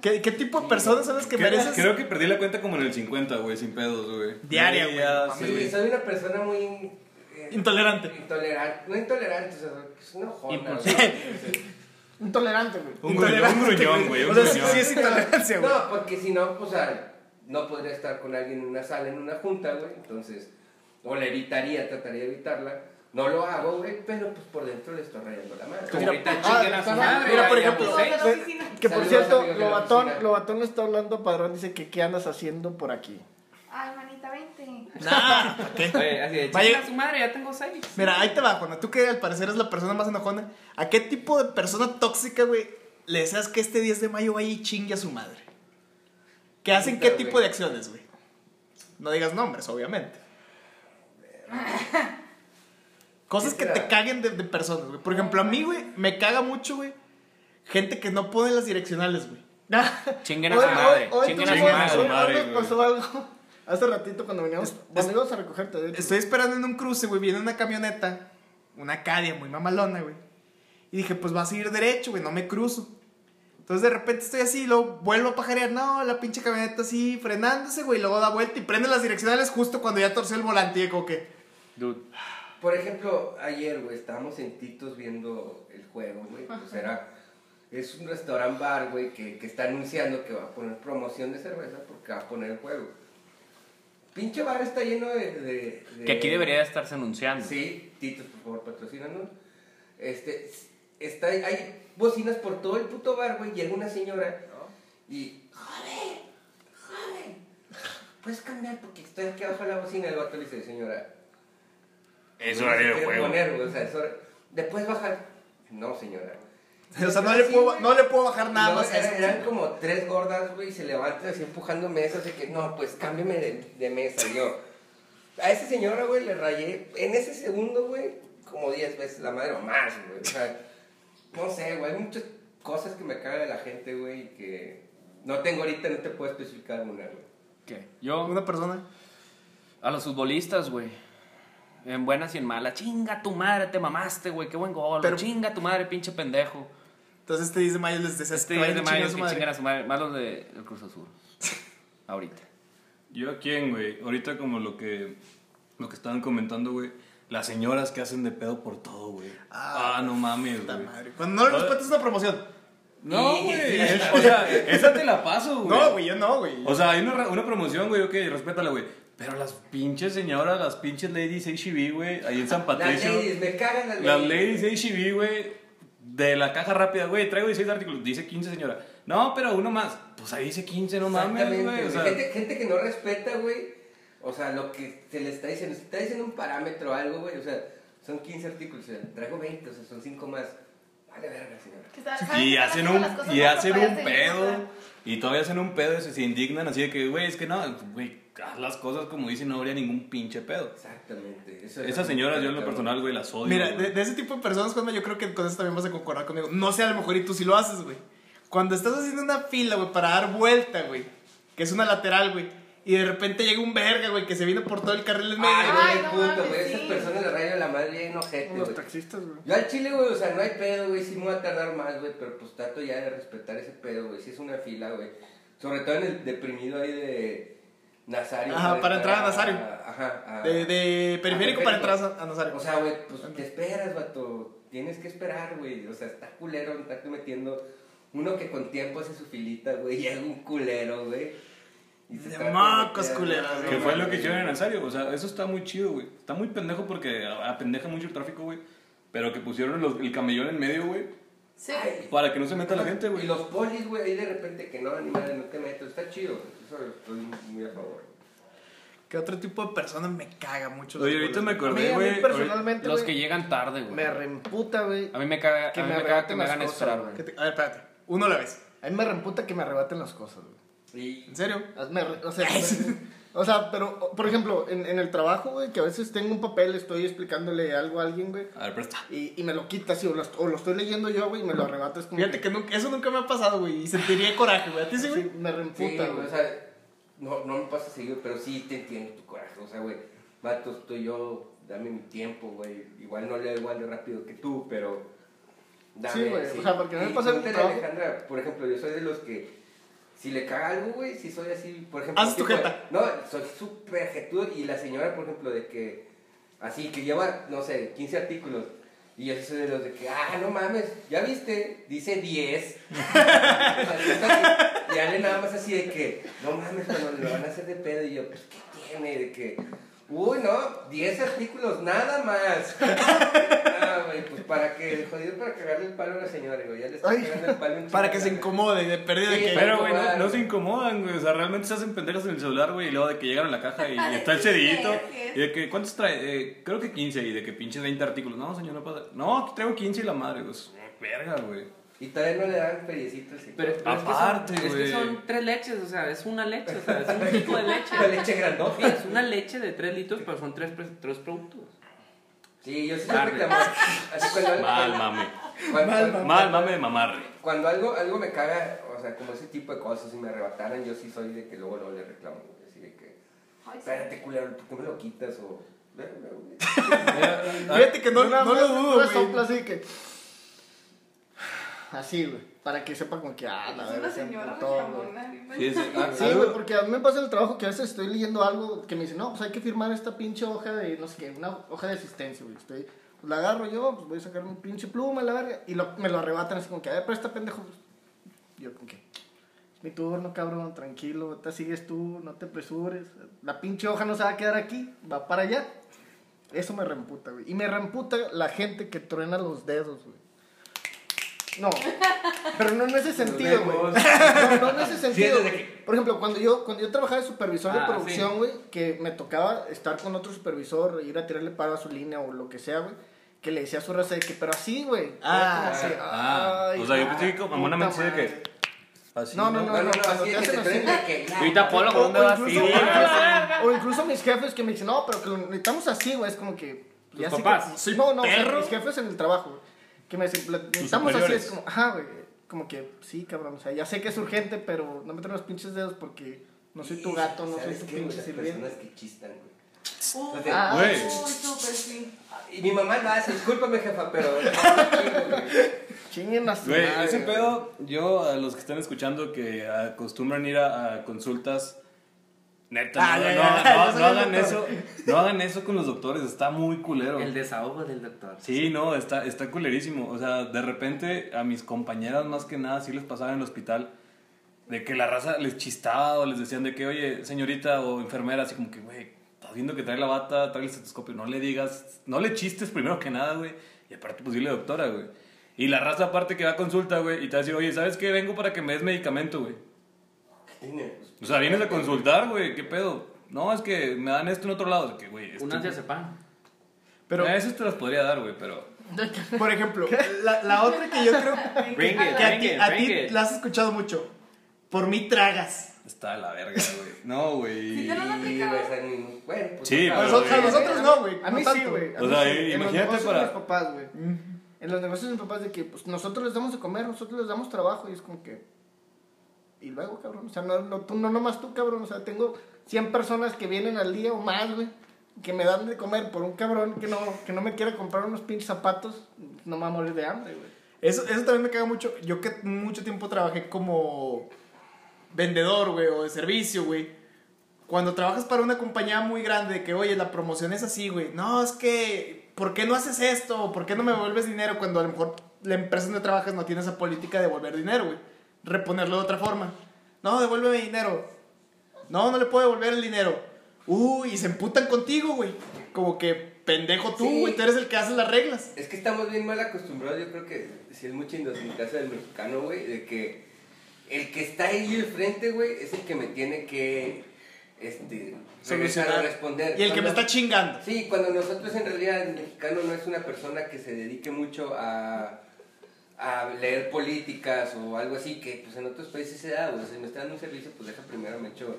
S1: ¿Qué, qué tipo de personas son las que
S4: Creo-
S1: mereces?
S4: Creo que perdí la cuenta como en el 50, güey, sin pedos, güey.
S1: Diaria, güey,
S4: Ya,
S1: no
S4: sí,
S6: Sí,
S4: güey.
S6: soy una persona muy. eh,
S1: Intolerante.
S6: Intolerante. No intolerante, o sea, pues, es una jona.
S2: Impulsiva.
S6: güey.
S5: Intolerante, güey.
S4: Un gruñón, un gruñón, güey.
S1: O
S4: Un
S1: sea, sí,
S4: gruñón.
S1: sí es intolerancia, güey.
S6: No, porque si no, pues, o sea, no podría estar con alguien en una sala, en una junta, güey. Entonces, o la evitaría, trataría de evitarla. No lo hago, güey, pero pues por dentro le estoy rayando la madre.
S2: Como ahorita
S5: ah,
S2: chinguen a su
S5: está-
S2: madre.
S5: mira, por
S2: ya
S5: ejemplo,
S2: llevamos
S7: Amigos de
S2: seis.
S7: la oficina.
S5: Que por
S6: Saludos,
S5: cierto,
S6: amigos de la
S5: Lobatón,
S6: oficina.
S5: Lobatón le está hablando a Padrón, dice que qué andas haciendo por aquí.
S7: Ay, manita, vente.
S2: Oye, así de,
S1: Vaya-
S2: "Chinguen a su madre, ya tengo seis.
S1: Mira, ahí te va, Juana. Tú que al parecer eres la persona más enojona. ¿A qué tipo de persona tóxica, güey, le deseas que este 10 de mayo vaya y chingue a su madre? ¿Que hacen qué
S6: Puta,
S1: tipo
S6: güey.
S1: de acciones, güey? No digas nombres, obviamente. Cosas que te
S6: Mira.
S1: caguen de, de personas, güey. Por ejemplo, a mí, güey, me caga mucho, güey. Gente que no pone las direccionales, güey.
S2: Chinguen a su madre. Chinguen a su
S5: tuvimos-
S2: madre.
S5: hoy- hoy
S4: madre,
S5: nos pasó algo. Hace ratito cuando veníamos, cuando íbamos a recogerte. de hecho.
S1: Estoy esperando en un cruce, güey. Viene una camioneta, una Acadia muy mamalona, güey. Y dije, pues vas a ir derecho, güey, no me cruzo. Entonces de repente estoy así, luego vuelvo a pajarear. No, la pinche camioneta así, frenándose, güey. Luego da vuelta y prende las direccionales justo cuando ya torció el volante. Y como que,
S2: Dude,
S6: Por ejemplo, ayer, güey, estábamos en Titos viendo el juego, güey. Pues era. Es un restaurant bar, güey, que, que está anunciando que va a poner promoción de cerveza porque va a poner el juego. Pinche bar está lleno de. de- de-
S2: que aquí debería de estarse anunciando.
S6: Eh, Sí, Titos, por favor, patrocínanos. Este. s- Está, hay bocinas por todo el puto bar, güey. Llega una señora y. ¡Joder! ¡Joder! Puedes cambiar porque estoy aquí abajo de la bocina. El vato le dice, señora,
S4: Es
S6: no
S4: horario
S6: se
S4: de
S6: quiere
S4: juego.
S6: poner, güey, o sea, es hora- Después bajar. No, señora.
S1: o sea, no le,
S6: Sí,
S1: puedo,
S6: güey.
S1: no le puedo bajar nada
S6: No,
S1: más a
S6: era-
S1: esto.
S6: eran como tres gordas, güey, y se levantan así empujando mesas. Así que, no, pues cámbiame de, de mesa. y yo, a esa señora, güey, le rayé en ese segundo, güey, como 10 veces la madre o más, güey. O sea, no sé, güey, hay muchas cosas que me cagan de la gente, güey, y que no tengo ahorita, no te puedo especificar una, güey.
S2: ¿Qué? Yo,
S1: Una persona.
S2: a los futbolistas, güey. En buenas y en malas. Chinga tu madre, te mamaste, güey. Qué buen gol.
S1: Pero-
S2: Chinga tu madre, pinche pendejo.
S1: Entonces este 10 de mayo les deseas
S2: Este
S1: que vayan
S2: de
S1: y chinguen
S2: mayo
S1: a
S2: que
S1: su madre.
S2: chingan a su madre. Más los de- del Cruz Azul. Ahorita.
S4: ¿Yo a quién, güey? Ahorita como lo que, lo que estaban comentando, güey. Las señoras que hacen de pedo por todo, güey.
S1: Ah,
S4: Ah, no mames,
S1: Puta
S4: güey.
S1: madre. Cuando no le
S4: Ahora-
S1: respetas una promoción.
S4: No, güey. O sea, esa te la paso, güey.
S1: No, güey, yo no, güey.
S4: O sea, hay una, ra- una promoción, güey, ok, respétala, güey. Pero las pinches señoras, las pinches ladies HB, güey, ahí en San
S6: Las
S4: Patricio.
S6: ladies, me cagan las
S4: Las ladies HB, güey, de la caja rápida, güey, traigo 16 artículos, dice 15, señora. No, pero uno más. Pues ahí dice 15, no mames,
S6: Exactamente,
S4: güey. O
S6: güey.
S4: sea,
S6: gente, gente que no respeta, güey. O sea, lo que se le está diciendo, se está diciendo un parámetro o algo, güey. O sea, son 15 artículos, o sea, traigo 20, o sea, son 5 más. Vale, verga, señora.
S7: Que está-
S4: Y
S7: están
S4: hacen
S7: haciendo
S4: un,
S7: las cosas
S4: y
S7: mal,
S4: hacen
S7: pero
S4: un
S7: todavía se
S4: pedo.
S7: indignan.
S4: Y todavía hacen un pedo y se, se indignan así de que, güey, es que no, güey, haz las cosas como dicen, no habría ningún pinche pedo.
S6: Exactamente. eso es
S4: Esas
S6: lo
S4: señoras,
S6: que
S4: yo en lo
S6: cabrón.
S4: personal, güey, las odio.
S1: Mira,
S4: güey.
S1: de, de ese tipo de personas, Juanma, yo creo que con eso también vas a concordar conmigo. No sé, a lo mejor y tú sí lo haces, güey. Cuando estás haciendo una fila, güey, para dar vuelta, güey, que es una lateral, güey, y de repente llega un verga, güey, que se viene por todo el carril en medio.
S6: Ay,
S1: güey.
S6: güey,
S7: Ay, no
S6: puto,
S7: mames,
S6: güey. Esas
S7: sí.
S6: personas le rayo la madre bien ojete,
S5: Los
S6: güey.
S5: taxistas, güey.
S6: Yo al chile, güey, o sea, no hay pedo, güey, sí me voy a tardar más, güey, pero pues trato ya de respetar ese pedo, güey, sí es una fila, güey. Sobre todo en el deprimido ahí de Nazario.
S1: Ajá, para entrar a Nazario.
S6: Ajá, a-
S1: De, de
S6: a
S1: periférico para entrar a, a Nazario.
S6: O sea, güey, pues te esperas, vato, tienes que esperar, güey, o sea, está culero, está metiendo uno que con tiempo hace su filita, güey, llega un culero, güey. y se
S1: De
S6: trata
S1: mocos,
S6: meter,
S1: culero,
S6: güey.
S4: Que fue lo que hicieron en Nazario, o sea, eso está muy chido, güey. Está muy pendejo porque apendeja mucho el tráfico, güey. Pero que pusieron los- el camellón en medio, güey,
S7: Sí.
S6: Ay,
S4: para que no se meta la gente,
S6: Y
S4: güey.
S6: los polis, güey, ahí de repente que no, ni madre, no te meto. Está chido, güey. Eso estoy muy a favor.
S1: Que otro tipo de persona me caga mucho.
S4: Oye, ahorita me
S5: A mí,
S4: acordé,
S5: a mí
S4: güey. ahorita-
S5: personalmente,
S2: Los que
S5: güey,
S2: llegan tarde,
S5: me
S2: güey.
S5: reemputa, güey.
S2: A mí me caga
S5: Que
S2: que me, caga
S5: me
S2: que
S5: arrebaten
S2: me
S5: las
S2: hagan
S5: cosas,
S2: esperar,
S5: güey.
S2: güey.
S1: Que te- a ver, espérate. Uno a la vez.
S5: A mí me reemputa que me arrebaten las cosas, güey.
S6: Y
S1: ¿En serio?
S5: Hazme re- o, sea, o sea, pero, o- por ejemplo, en, en el trabajo, güey, que a veces tengo un papel, estoy explicándole algo a alguien, güey,
S4: A ver, presta.
S5: y, y me lo quita así, o lo, est- o lo estoy leyendo yo, güey, y me lo arrebatas como.
S1: Fíjate que nunca- eso nunca me ha pasado, güey. Y sentiría coraje, güey. ¿A ti sí, güey?
S5: Sí, me
S6: sí,
S5: reemputa,
S6: güey,
S5: güey.
S6: o sea, no, no me pasa seguido, pero sí te entiendo tu coraje. O sea, güey, vato, estoy yo, dame mi tiempo, güey. Igual no leo igual de rápido que tú, pero. Dame,
S5: Sí, güey, o sea, porque a mí me
S6: Y
S5: pasa en
S6: tú,
S5: el
S6: Tere
S5: trabajo.
S6: Alejandra, por ejemplo, yo soy de los que. Si le caga algo, güey, si soy así, por
S5: Ah,
S6: ejemplo.
S1: Haz tu
S6: tipo-
S1: jeta.
S6: No, soy súper jetudo. Y la señora, por ejemplo, de que. Así, que lleva, no sé, 15 artículos. Y yo sí soy de los de que, ah, no mames, ya viste, dice 10. O sea, yo soy- y Ale nada más así de que, no mames, cuando le van a hacer de pedo. Y yo, pues, ¿qué tiene? De que, Uy, no, 10 artículos, nada más. Ah, güey, pues para que, jodido, para cagarle el palo a la señora, güey. Ya le está
S5: Ay.
S6: cagando el palo. en
S1: Para que se
S6: chinga.
S1: incomode de pérdida
S6: Sí,
S1: que.
S4: Pero, güey, no, no se incomodan, güey. O sea, realmente se hacen pendejas en el celular, güey. Y luego de que llegan a la caja y, y está el
S7: Sí,
S4: cerillito.
S7: así es.
S4: Y de que, ¿cuántos trae? Eh, creo que 15. Y de que pinches 20 artículos. No, señor, no pasa. No, aquí traigo 15 y la madre, güey. Es una Verga, güey.
S6: Y todavía no le dan periecitos. sí.
S8: Pero, pero es que son-
S4: Aparte,
S8: es, que son,
S4: güey.
S8: tres leches, o sea, es una leche, o sea, es un tipo de leche.
S6: La leche grandota.
S8: Sí, es una leche de tres litros, pero son tres, pre- tres productos.
S6: Sí, yo sí soy
S4: Vale.
S6: reclamón. Así cuando,
S4: Mal, mame.
S6: cuando-
S4: Mal, mame de mamar.
S6: cuando algo, algo me caga, o sea, como ese tipo de cosas, si me arrebataran, yo sí soy de que luego, luego le reclamo. güey, Así de que, espérate, culero, ¿por qué me lo quitas? O, "Ve, ve, ve".
S1: Fíjate que no,
S5: Ah, Nada
S1: no
S5: más
S1: lo dudo,
S5: le
S1: güey.
S5: sopla así que. Así, güey. Para que sepa como que. Ah, la
S7: Es una
S5: verga, se
S7: señora
S5: emputó, güey.
S7: reclamona.
S4: Sí, sí. Ah,
S5: Sí,
S4: algo-
S5: güey, porque a mí me pasa el trabajo que a veces estoy leyendo algo que me dicen, no, pues hay que firmar esta pinche hoja de, no sé qué, una hoja de asistencia, güey. Estoy, pues la agarro yo, pues voy a sacar mi pinche pluma, la verga, y lo- me lo arrebatan así como que, a ver, presta pendejo. pues. Yo, como que, es mi turno, cabrón, tranquilo, te sigues tú, no te apresures. La pinche hoja no se va a quedar aquí, va para allá. Eso me reemputa, güey. Y me reemputa la gente que truena los dedos, güey. No, pero no en ese sentido, güey. No, no en ese sentido.
S6: desde
S5: güey. Por ejemplo, cuando yo, cuando yo trabajaba de supervisor
S8: Ah,
S5: de producción, güey, que me tocaba estar con otro supervisor, ir a tirarle paro a su línea o lo que sea, güey, que le decía a su raza de que, pero así, güey.
S1: Ah,
S5: Era como así,
S4: Ah,
S5: ay,
S4: o sea, yo
S5: ah,
S4: pensé que como mamonamente sí
S5: puta
S4: de que-
S5: madre.
S4: Así,
S5: No, no,
S6: No,
S5: no,
S6: no,
S5: cuando
S6: no, así
S5: te
S6: es que
S5: hacen
S6: te
S5: así.
S6: prenden de que ya.
S2: Ahorita Polo con
S5: O,
S2: un dedo
S5: o
S2: así.
S5: incluso, Ah, o incluso- o incluso mis jefes que me dicen, no, pero que lo necesitamos así, güey. Es como que.
S2: ¿Tus
S5: sé que-
S2: papás?
S5: no, no, o sea,
S2: ¿Perro?
S5: mis jefes en el trabajo, güey, Que me dicen, "Lo necesitamos así.
S4: superiores?
S5: Es como, ajá, güey. Como que, sí, cabrón. O sea, ya sé que es urgente, pero no me traen los pinches dedos porque no soy tu gato, no soy
S6: ¿Sabes
S5: tu
S6: qué, güey?
S5: pinche
S6: Las
S5: sirviente.
S6: personas que chistan, güey.
S7: Uy,
S5: Ah,
S4: Güey.
S7: uy, Uh, súper sí.
S6: Y mi mamá lo hace, discúlpame jefa, pero...
S5: Chinguen a su
S4: Güey,
S5: madre,
S4: ese
S5: güey.
S4: pedo, yo a los que están escuchando que acostumbran ir a, a consultas, neta,
S1: Ah,
S4: no,
S1: ya,
S4: no-
S1: ya, ya,
S4: no-
S1: ya soy
S4: no
S1: el
S4: hagan eso,
S1: doctor.
S4: no hagan eso con los doctores, está muy culero.
S8: El desahogo del doctor.
S4: Sí, no, está, está culerísimo. O sea, de repente a mis compañeras más que nada sí les pasaba en el hospital de que la raza les chistaba o les decían de que, oye, señorita o enfermera, así como que, güey, estás viendo que trae la bata, trae el estetoscopio, no le digas, no le chistes primero que nada, güey. Y aparte, pues dile doctora, güey. Y la raza aparte que va a consulta, güey, y te dice, oye, ¿sabes qué? Vengo para que me des medicamento, güey.
S6: pues,
S4: O sea, vienes a consultar, güey, ¿qué pedo? No, es que me dan esto en otro lado. De que, güey, esto-
S8: Un antiacepam.
S1: Pero,
S4: a veces te las podría dar, güey, pero...
S1: por ejemplo, la, la otra que yo creo
S8: Bring it,
S1: que a ti,
S8: bring it,
S1: a
S8: bring
S1: ti
S8: it.
S1: la has escuchado mucho. Por mí tragas.
S4: Está a la verga, güey. No,
S7: Sí,
S4: güey.
S7: te lo han aplicado.
S6: Bueno, pues...
S4: Sí,
S6: no,
S4: pero-
S1: Nosotros- a
S6: güey.
S1: nosotros no, güey.
S5: A mí
S1: no
S5: sí,
S1: tanto.
S5: güey. a
S4: O
S5: mí
S4: sea,
S5: sí.
S4: imagínate
S5: en los negocios
S4: para-
S5: de mis papás, güey. En los negocios de mis papás de que pues, nosotros les damos de comer, nosotros les damos trabajo y es como que... Y luego, cabrón. O sea, no, no, tú, no nomás tú, cabrón. O sea, tengo 100 personas que vienen al día o más, güey. Que me dan de comer por un cabrón que no, que no me quiere comprar unos pinches zapatos. No me va a morir de hambre, güey.
S1: Eso, eso también me caga mucho. Yo que mucho tiempo trabajé como vendedor, güey, o de servicio, güey. Cuando trabajas para una compañía muy grande, de que, oye, la promoción es así, güey. No, es que, ¿por qué no haces esto? ¿Por qué no me devuelves dinero cuando a lo mejor la empresa donde trabajas no tiene esa política de devolver dinero, güey? Reponerlo de otra forma. No, devuélveme dinero. No, no le puedo devolver el dinero. Uy, y se emputan contigo, güey. Como que, pendejo tú,
S6: Sí.
S1: güey. Tú eres el que hace las reglas.
S6: Es que estamos bien mal acostumbrados, yo creo que si es mucha indoctrinación del mexicano, güey, de que el que está ahí al frente, güey, es el que me tiene que este regresar a responder.
S1: Y el que me
S6: Cuando-
S1: está chingando.
S6: Sí, cuando nosotros en realidad el mexicano no es una persona que se dedique mucho a, a leer políticas o algo así, que pues en otros países se da, güey. Si me está dando un servicio, pues deja primero me echo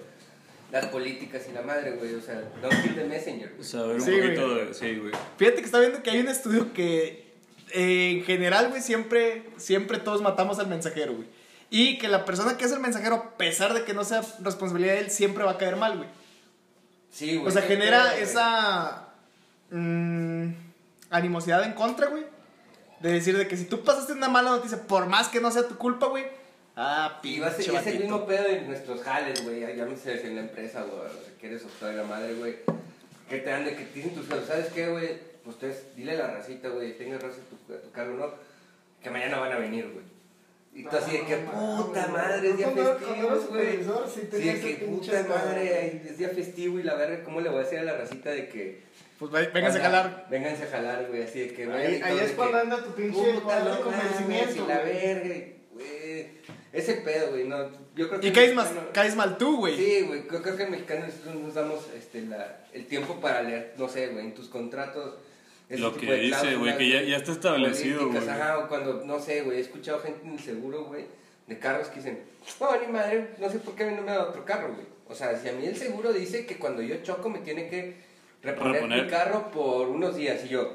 S6: las políticas y la madre, güey. O sea, don't kill the messenger.
S4: O
S6: güey.
S4: sea, a ver un
S1: Sí,
S4: poquito
S1: güey.
S4: de. Sí, güey.
S1: Fíjate que está viendo que hay un estudio que eh, en general, güey, siempre, siempre todos matamos al mensajero, güey. Y que la persona que es el mensajero, a pesar de que no sea responsabilidad de él, siempre va a caer mal, güey.
S6: Sí, güey.
S1: O sea,
S6: qué
S1: genera
S6: pedo, güey.
S1: esa mm, animosidad en contra, güey. De decir de que si tú pasaste una mala noticia, por más que no sea tu culpa, güey. Ah,
S6: Y va a ser
S1: pinche
S6: es el
S1: batito.
S6: mismo pedo en nuestros jales, güey. Ya me sé en la empresa, güey. Que eres hostia de la madre, güey. Que te dan de que te dicen tus jefes, ¿sabes qué, güey? Pues entonces, dile a la racita, güey. Tenga raza a tu, a tu cargo, ¿no? Que mañana van a venir, güey. Y tú así de que
S5: No,
S6: puta
S5: Ah, no,
S6: madre, es
S5: yo
S6: día
S5: cuando era- cuando
S6: festivo,
S5: era
S6: güey.
S5: supervisor, sí
S6: Sí,
S5: tenía
S6: de que
S5: ese pinche
S6: puta
S5: pedo.
S6: madre, ay, es día festivo y la verga, ¿cómo le voy a decir a la racita de que.
S1: Pues ve- vénganse a
S6: Oiga,
S1: jalar.
S6: Vénganse a jalar, güey, así de que. vayan y
S5: Ahí, ahí
S6: todos
S5: es
S6: de
S5: cuando
S6: que,
S5: anda tu pinche
S6: Puta,
S5: valor de
S6: no mames, y
S5: convencimiento.
S6: la
S5: güey.
S6: verga, güey. Ese pedo, güey, no. Yo creo que.
S1: Y
S6: el
S1: caes, más,
S6: mexicano-
S1: caes mal tú, güey.
S6: Sí, güey, creo, creo que en mexicano nosotros nos damos este, la, el tiempo para leer, no sé, güey, en tus contratos. ese
S4: Lo
S6: tipo
S4: que
S6: de
S4: dice, güey,
S6: cláusulas,
S4: que ya, ya está establecido, güey.
S6: políticas, Ajá, o cuando, no sé, güey, he escuchado gente en el seguro, güey, de carros que dicen, no, ni madre, no sé por qué a mí no me da otro carro, güey. O sea, si a mí el seguro dice que cuando yo choco me tiene que reponer,
S4: Reponer.
S6: mi carro por unos días, y yo,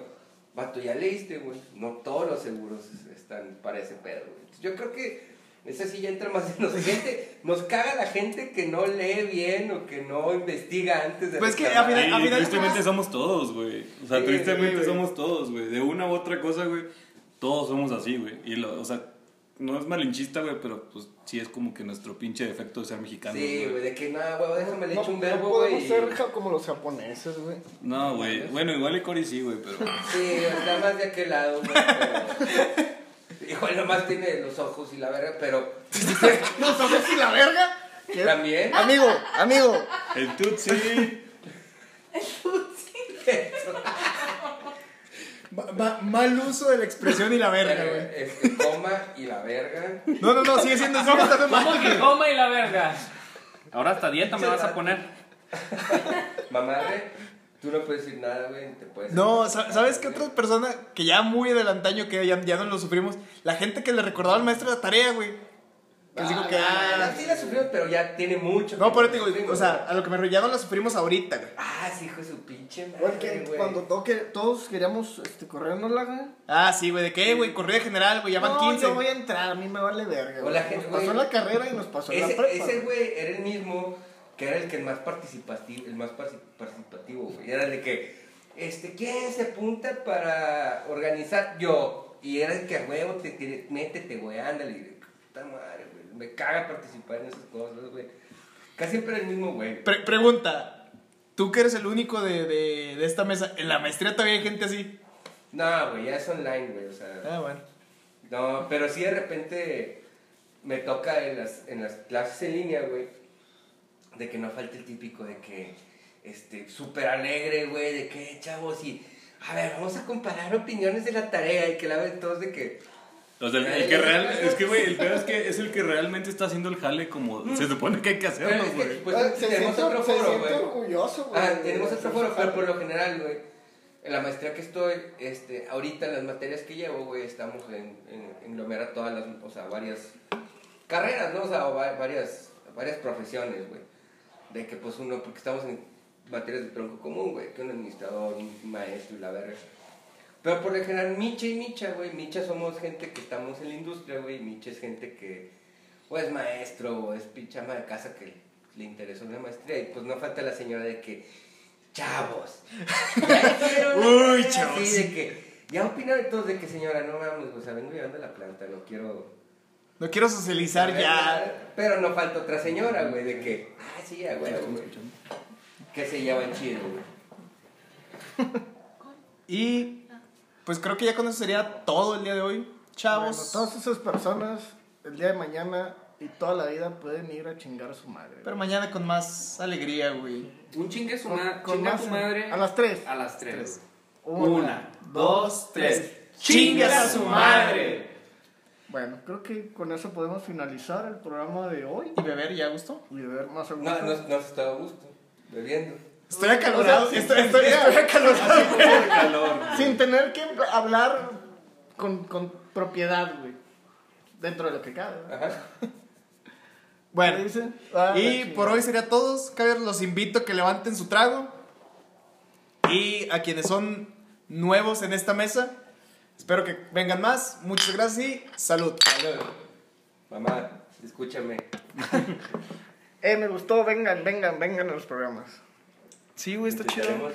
S6: vato, ya leíste, güey. No todos los seguros están para ese pedo, güey. Entonces, Yo creo que esa sí ya entra más en nuestra gente. Nos caga la gente que no lee bien o que no investiga antes de.
S1: Pues que, a
S6: reclamar.
S1: final-
S4: Sí,
S1: a final de
S4: tristemente
S1: cuentas-
S4: somos todos, güey. O sea,
S6: Sí,
S4: tristemente
S6: güey, güey.
S4: somos todos, güey. De una u otra cosa, güey. Todos somos así, güey. Y lo, o sea, no es malinchista, güey, pero pues sí es como que nuestro pinche defecto de ser mexicano,
S6: Sí, güey, de que nada, güey, déjame le echo un verbo,
S5: podemos
S6: güey. y-
S5: ser ja- como los japoneses, güey.
S4: No, güey. Bueno, igual y Cory sí, güey, pero.
S6: Sí, está más de aquel lado, güey. pero- Igual nomás tiene los ojos y la verga, pero
S5: Los
S1: pues,
S5: ojos y la verga. ¿Qué?
S6: también.
S5: Amigo, amigo.
S4: El Tutsi.
S1: Ma- ma- mal uso de la expresión y la verga, güey.
S6: Este, coma y la verga.
S1: No, no, no, sigue siendo, sigue estando mal.
S8: ¿Cómo que coma y la verga?
S2: Ahora hasta dieta me vas a poner.
S6: Mamadre, tú no puedes decir nada, güey, te puedes.
S1: No, sa- ¿sabes qué otra persona que ya muy del antaño, que ya, ya no lo sufrimos? La gente que le recordaba al maestro la tarea, güey. Que les digo que,
S6: Ah,
S1: ah,
S6: sí la sufrió, pero ya tiene mucho.
S1: No,
S6: que
S1: pero
S6: la
S1: te digo,
S6: sufrimos,
S1: o sea, a lo que me refiero, ya no la sufrimos ahorita, güey.
S6: Ah, sí, hijo de su pinche
S5: Igual
S6: madre,
S5: que
S6: güey.
S5: cuando toque, todos queríamos este, corrernos la güey.
S1: Ah, sí, güey, ¿de qué, güey? Corrida general, güey, ya van
S5: no,
S1: 15.
S5: yo voy a entrar, a mí me vale verga.
S6: O
S5: güey.
S6: la gente,
S5: nos pasó
S6: güey.
S5: la carrera y nos pasó la
S6: Ese,
S5: prepa. güey.
S6: ese güey era el mismo que era el que más participativo, el más parci- participativo, güey. Era el de que, este, ¿quién se apunta para organizar? Yo. Y era el que a huevo te tiene, métete, güey, ándale. Y de, puta madre, güey. Me caga participar en esas cosas, güey. Casi siempre era el mismo, güey.
S1: Pre- pregunta, tú que eres el único de, de, de esta mesa, en la maestría todavía hay gente así.
S6: No, güey, ya es online, güey, o sea.
S1: Ah, bueno.
S6: No, pero sí de repente me toca en las, en las clases en línea, güey, de que no falte el típico de que, este, súper alegre, güey, de que, chavos, y, a ver, vamos a comparar opiniones de la tarea y que la ven todos de que,
S4: O sea, el, el que real. Es que, güey, el peor es que es el que realmente está haciendo el jale
S6: Mm.
S4: como se supone que hay que
S6: pero
S4: hacerlo,
S6: es que,
S4: güey.
S5: Ah,
S6: pues,
S5: se
S6: tenemos
S5: siente,
S6: otro
S5: se
S6: foro,
S5: siente
S6: güey.
S5: orgulloso, güey.
S6: Ah, tenemos otro foro, pero por
S5: pero
S6: lo general, güey, en la maestría que estoy, este, ahorita en las materias que llevo, güey, estamos en, en, englomera todas las, o sea, varias carreras, ¿no? O sea, o va- varias, varias profesiones, güey. De que, pues, uno, porque estamos en materias de tronco común, güey, que un administrador, un maestro y la verga. Pero por lo general, Micha y Micha, güey, Micha somos gente que estamos en la industria, güey, y Micha es gente que, o es maestro, o es pinche ama de casa que le interesó la maestría, y pues no falta la señora de que, chavos. Ya hicieron la
S1: Uy,
S6: tarea,
S1: chavos.
S6: así de que, ya opinaron todos de que, señora, no mames, o sea, vengo llegando a la planta, no quiero
S1: No quiero socializar ya.
S6: pero no falta otra señora, güey, de que. Ah, sí, ya, güey, güey. Que se llevan chido, güey.
S1: Y pues creo que ya con eso sería todo el día de hoy. Chavos.
S5: todas esas personas, el día de mañana y toda la vida pueden ir a chingar a su madre.
S1: Pero mañana con más alegría, güey.
S8: Un chingue su
S5: Con-
S8: madre.
S5: con
S8: Chinga
S5: más-
S8: tu madre.
S5: a las tres.
S8: A las tres.
S5: Una,
S1: dos, tres.
S8: Chingas a su madre.
S5: Bueno, creo que con eso podemos finalizar el programa de hoy
S1: ¿Y beber ya a gusto?
S5: y ver más a gusto.
S6: No, no, no se estaba a gusto, bebiendo.
S1: Estoy acalorado.
S5: O sea, sí,
S1: estoy,
S5: sí,
S1: estoy,
S5: sí.
S1: estoy acalorado.
S5: Sin tener que hablar con, con propiedad, güey. Dentro de lo que cabe. ¿verdad?
S6: Ajá.
S1: Bueno.
S5: ¿Qué dice? Ah, la
S1: Y
S5: chingada.
S1: por hoy sería todos. Caber, los invito a que levanten su trago. Y a quienes son nuevos en esta mesa, espero que vengan más. Muchas gracias y salud.
S6: Salud. Mamá, escúchame.
S5: Eh, me gustó, vengan, vengan, vengan a los programas.
S1: Sí, güey,
S6: Intentaremos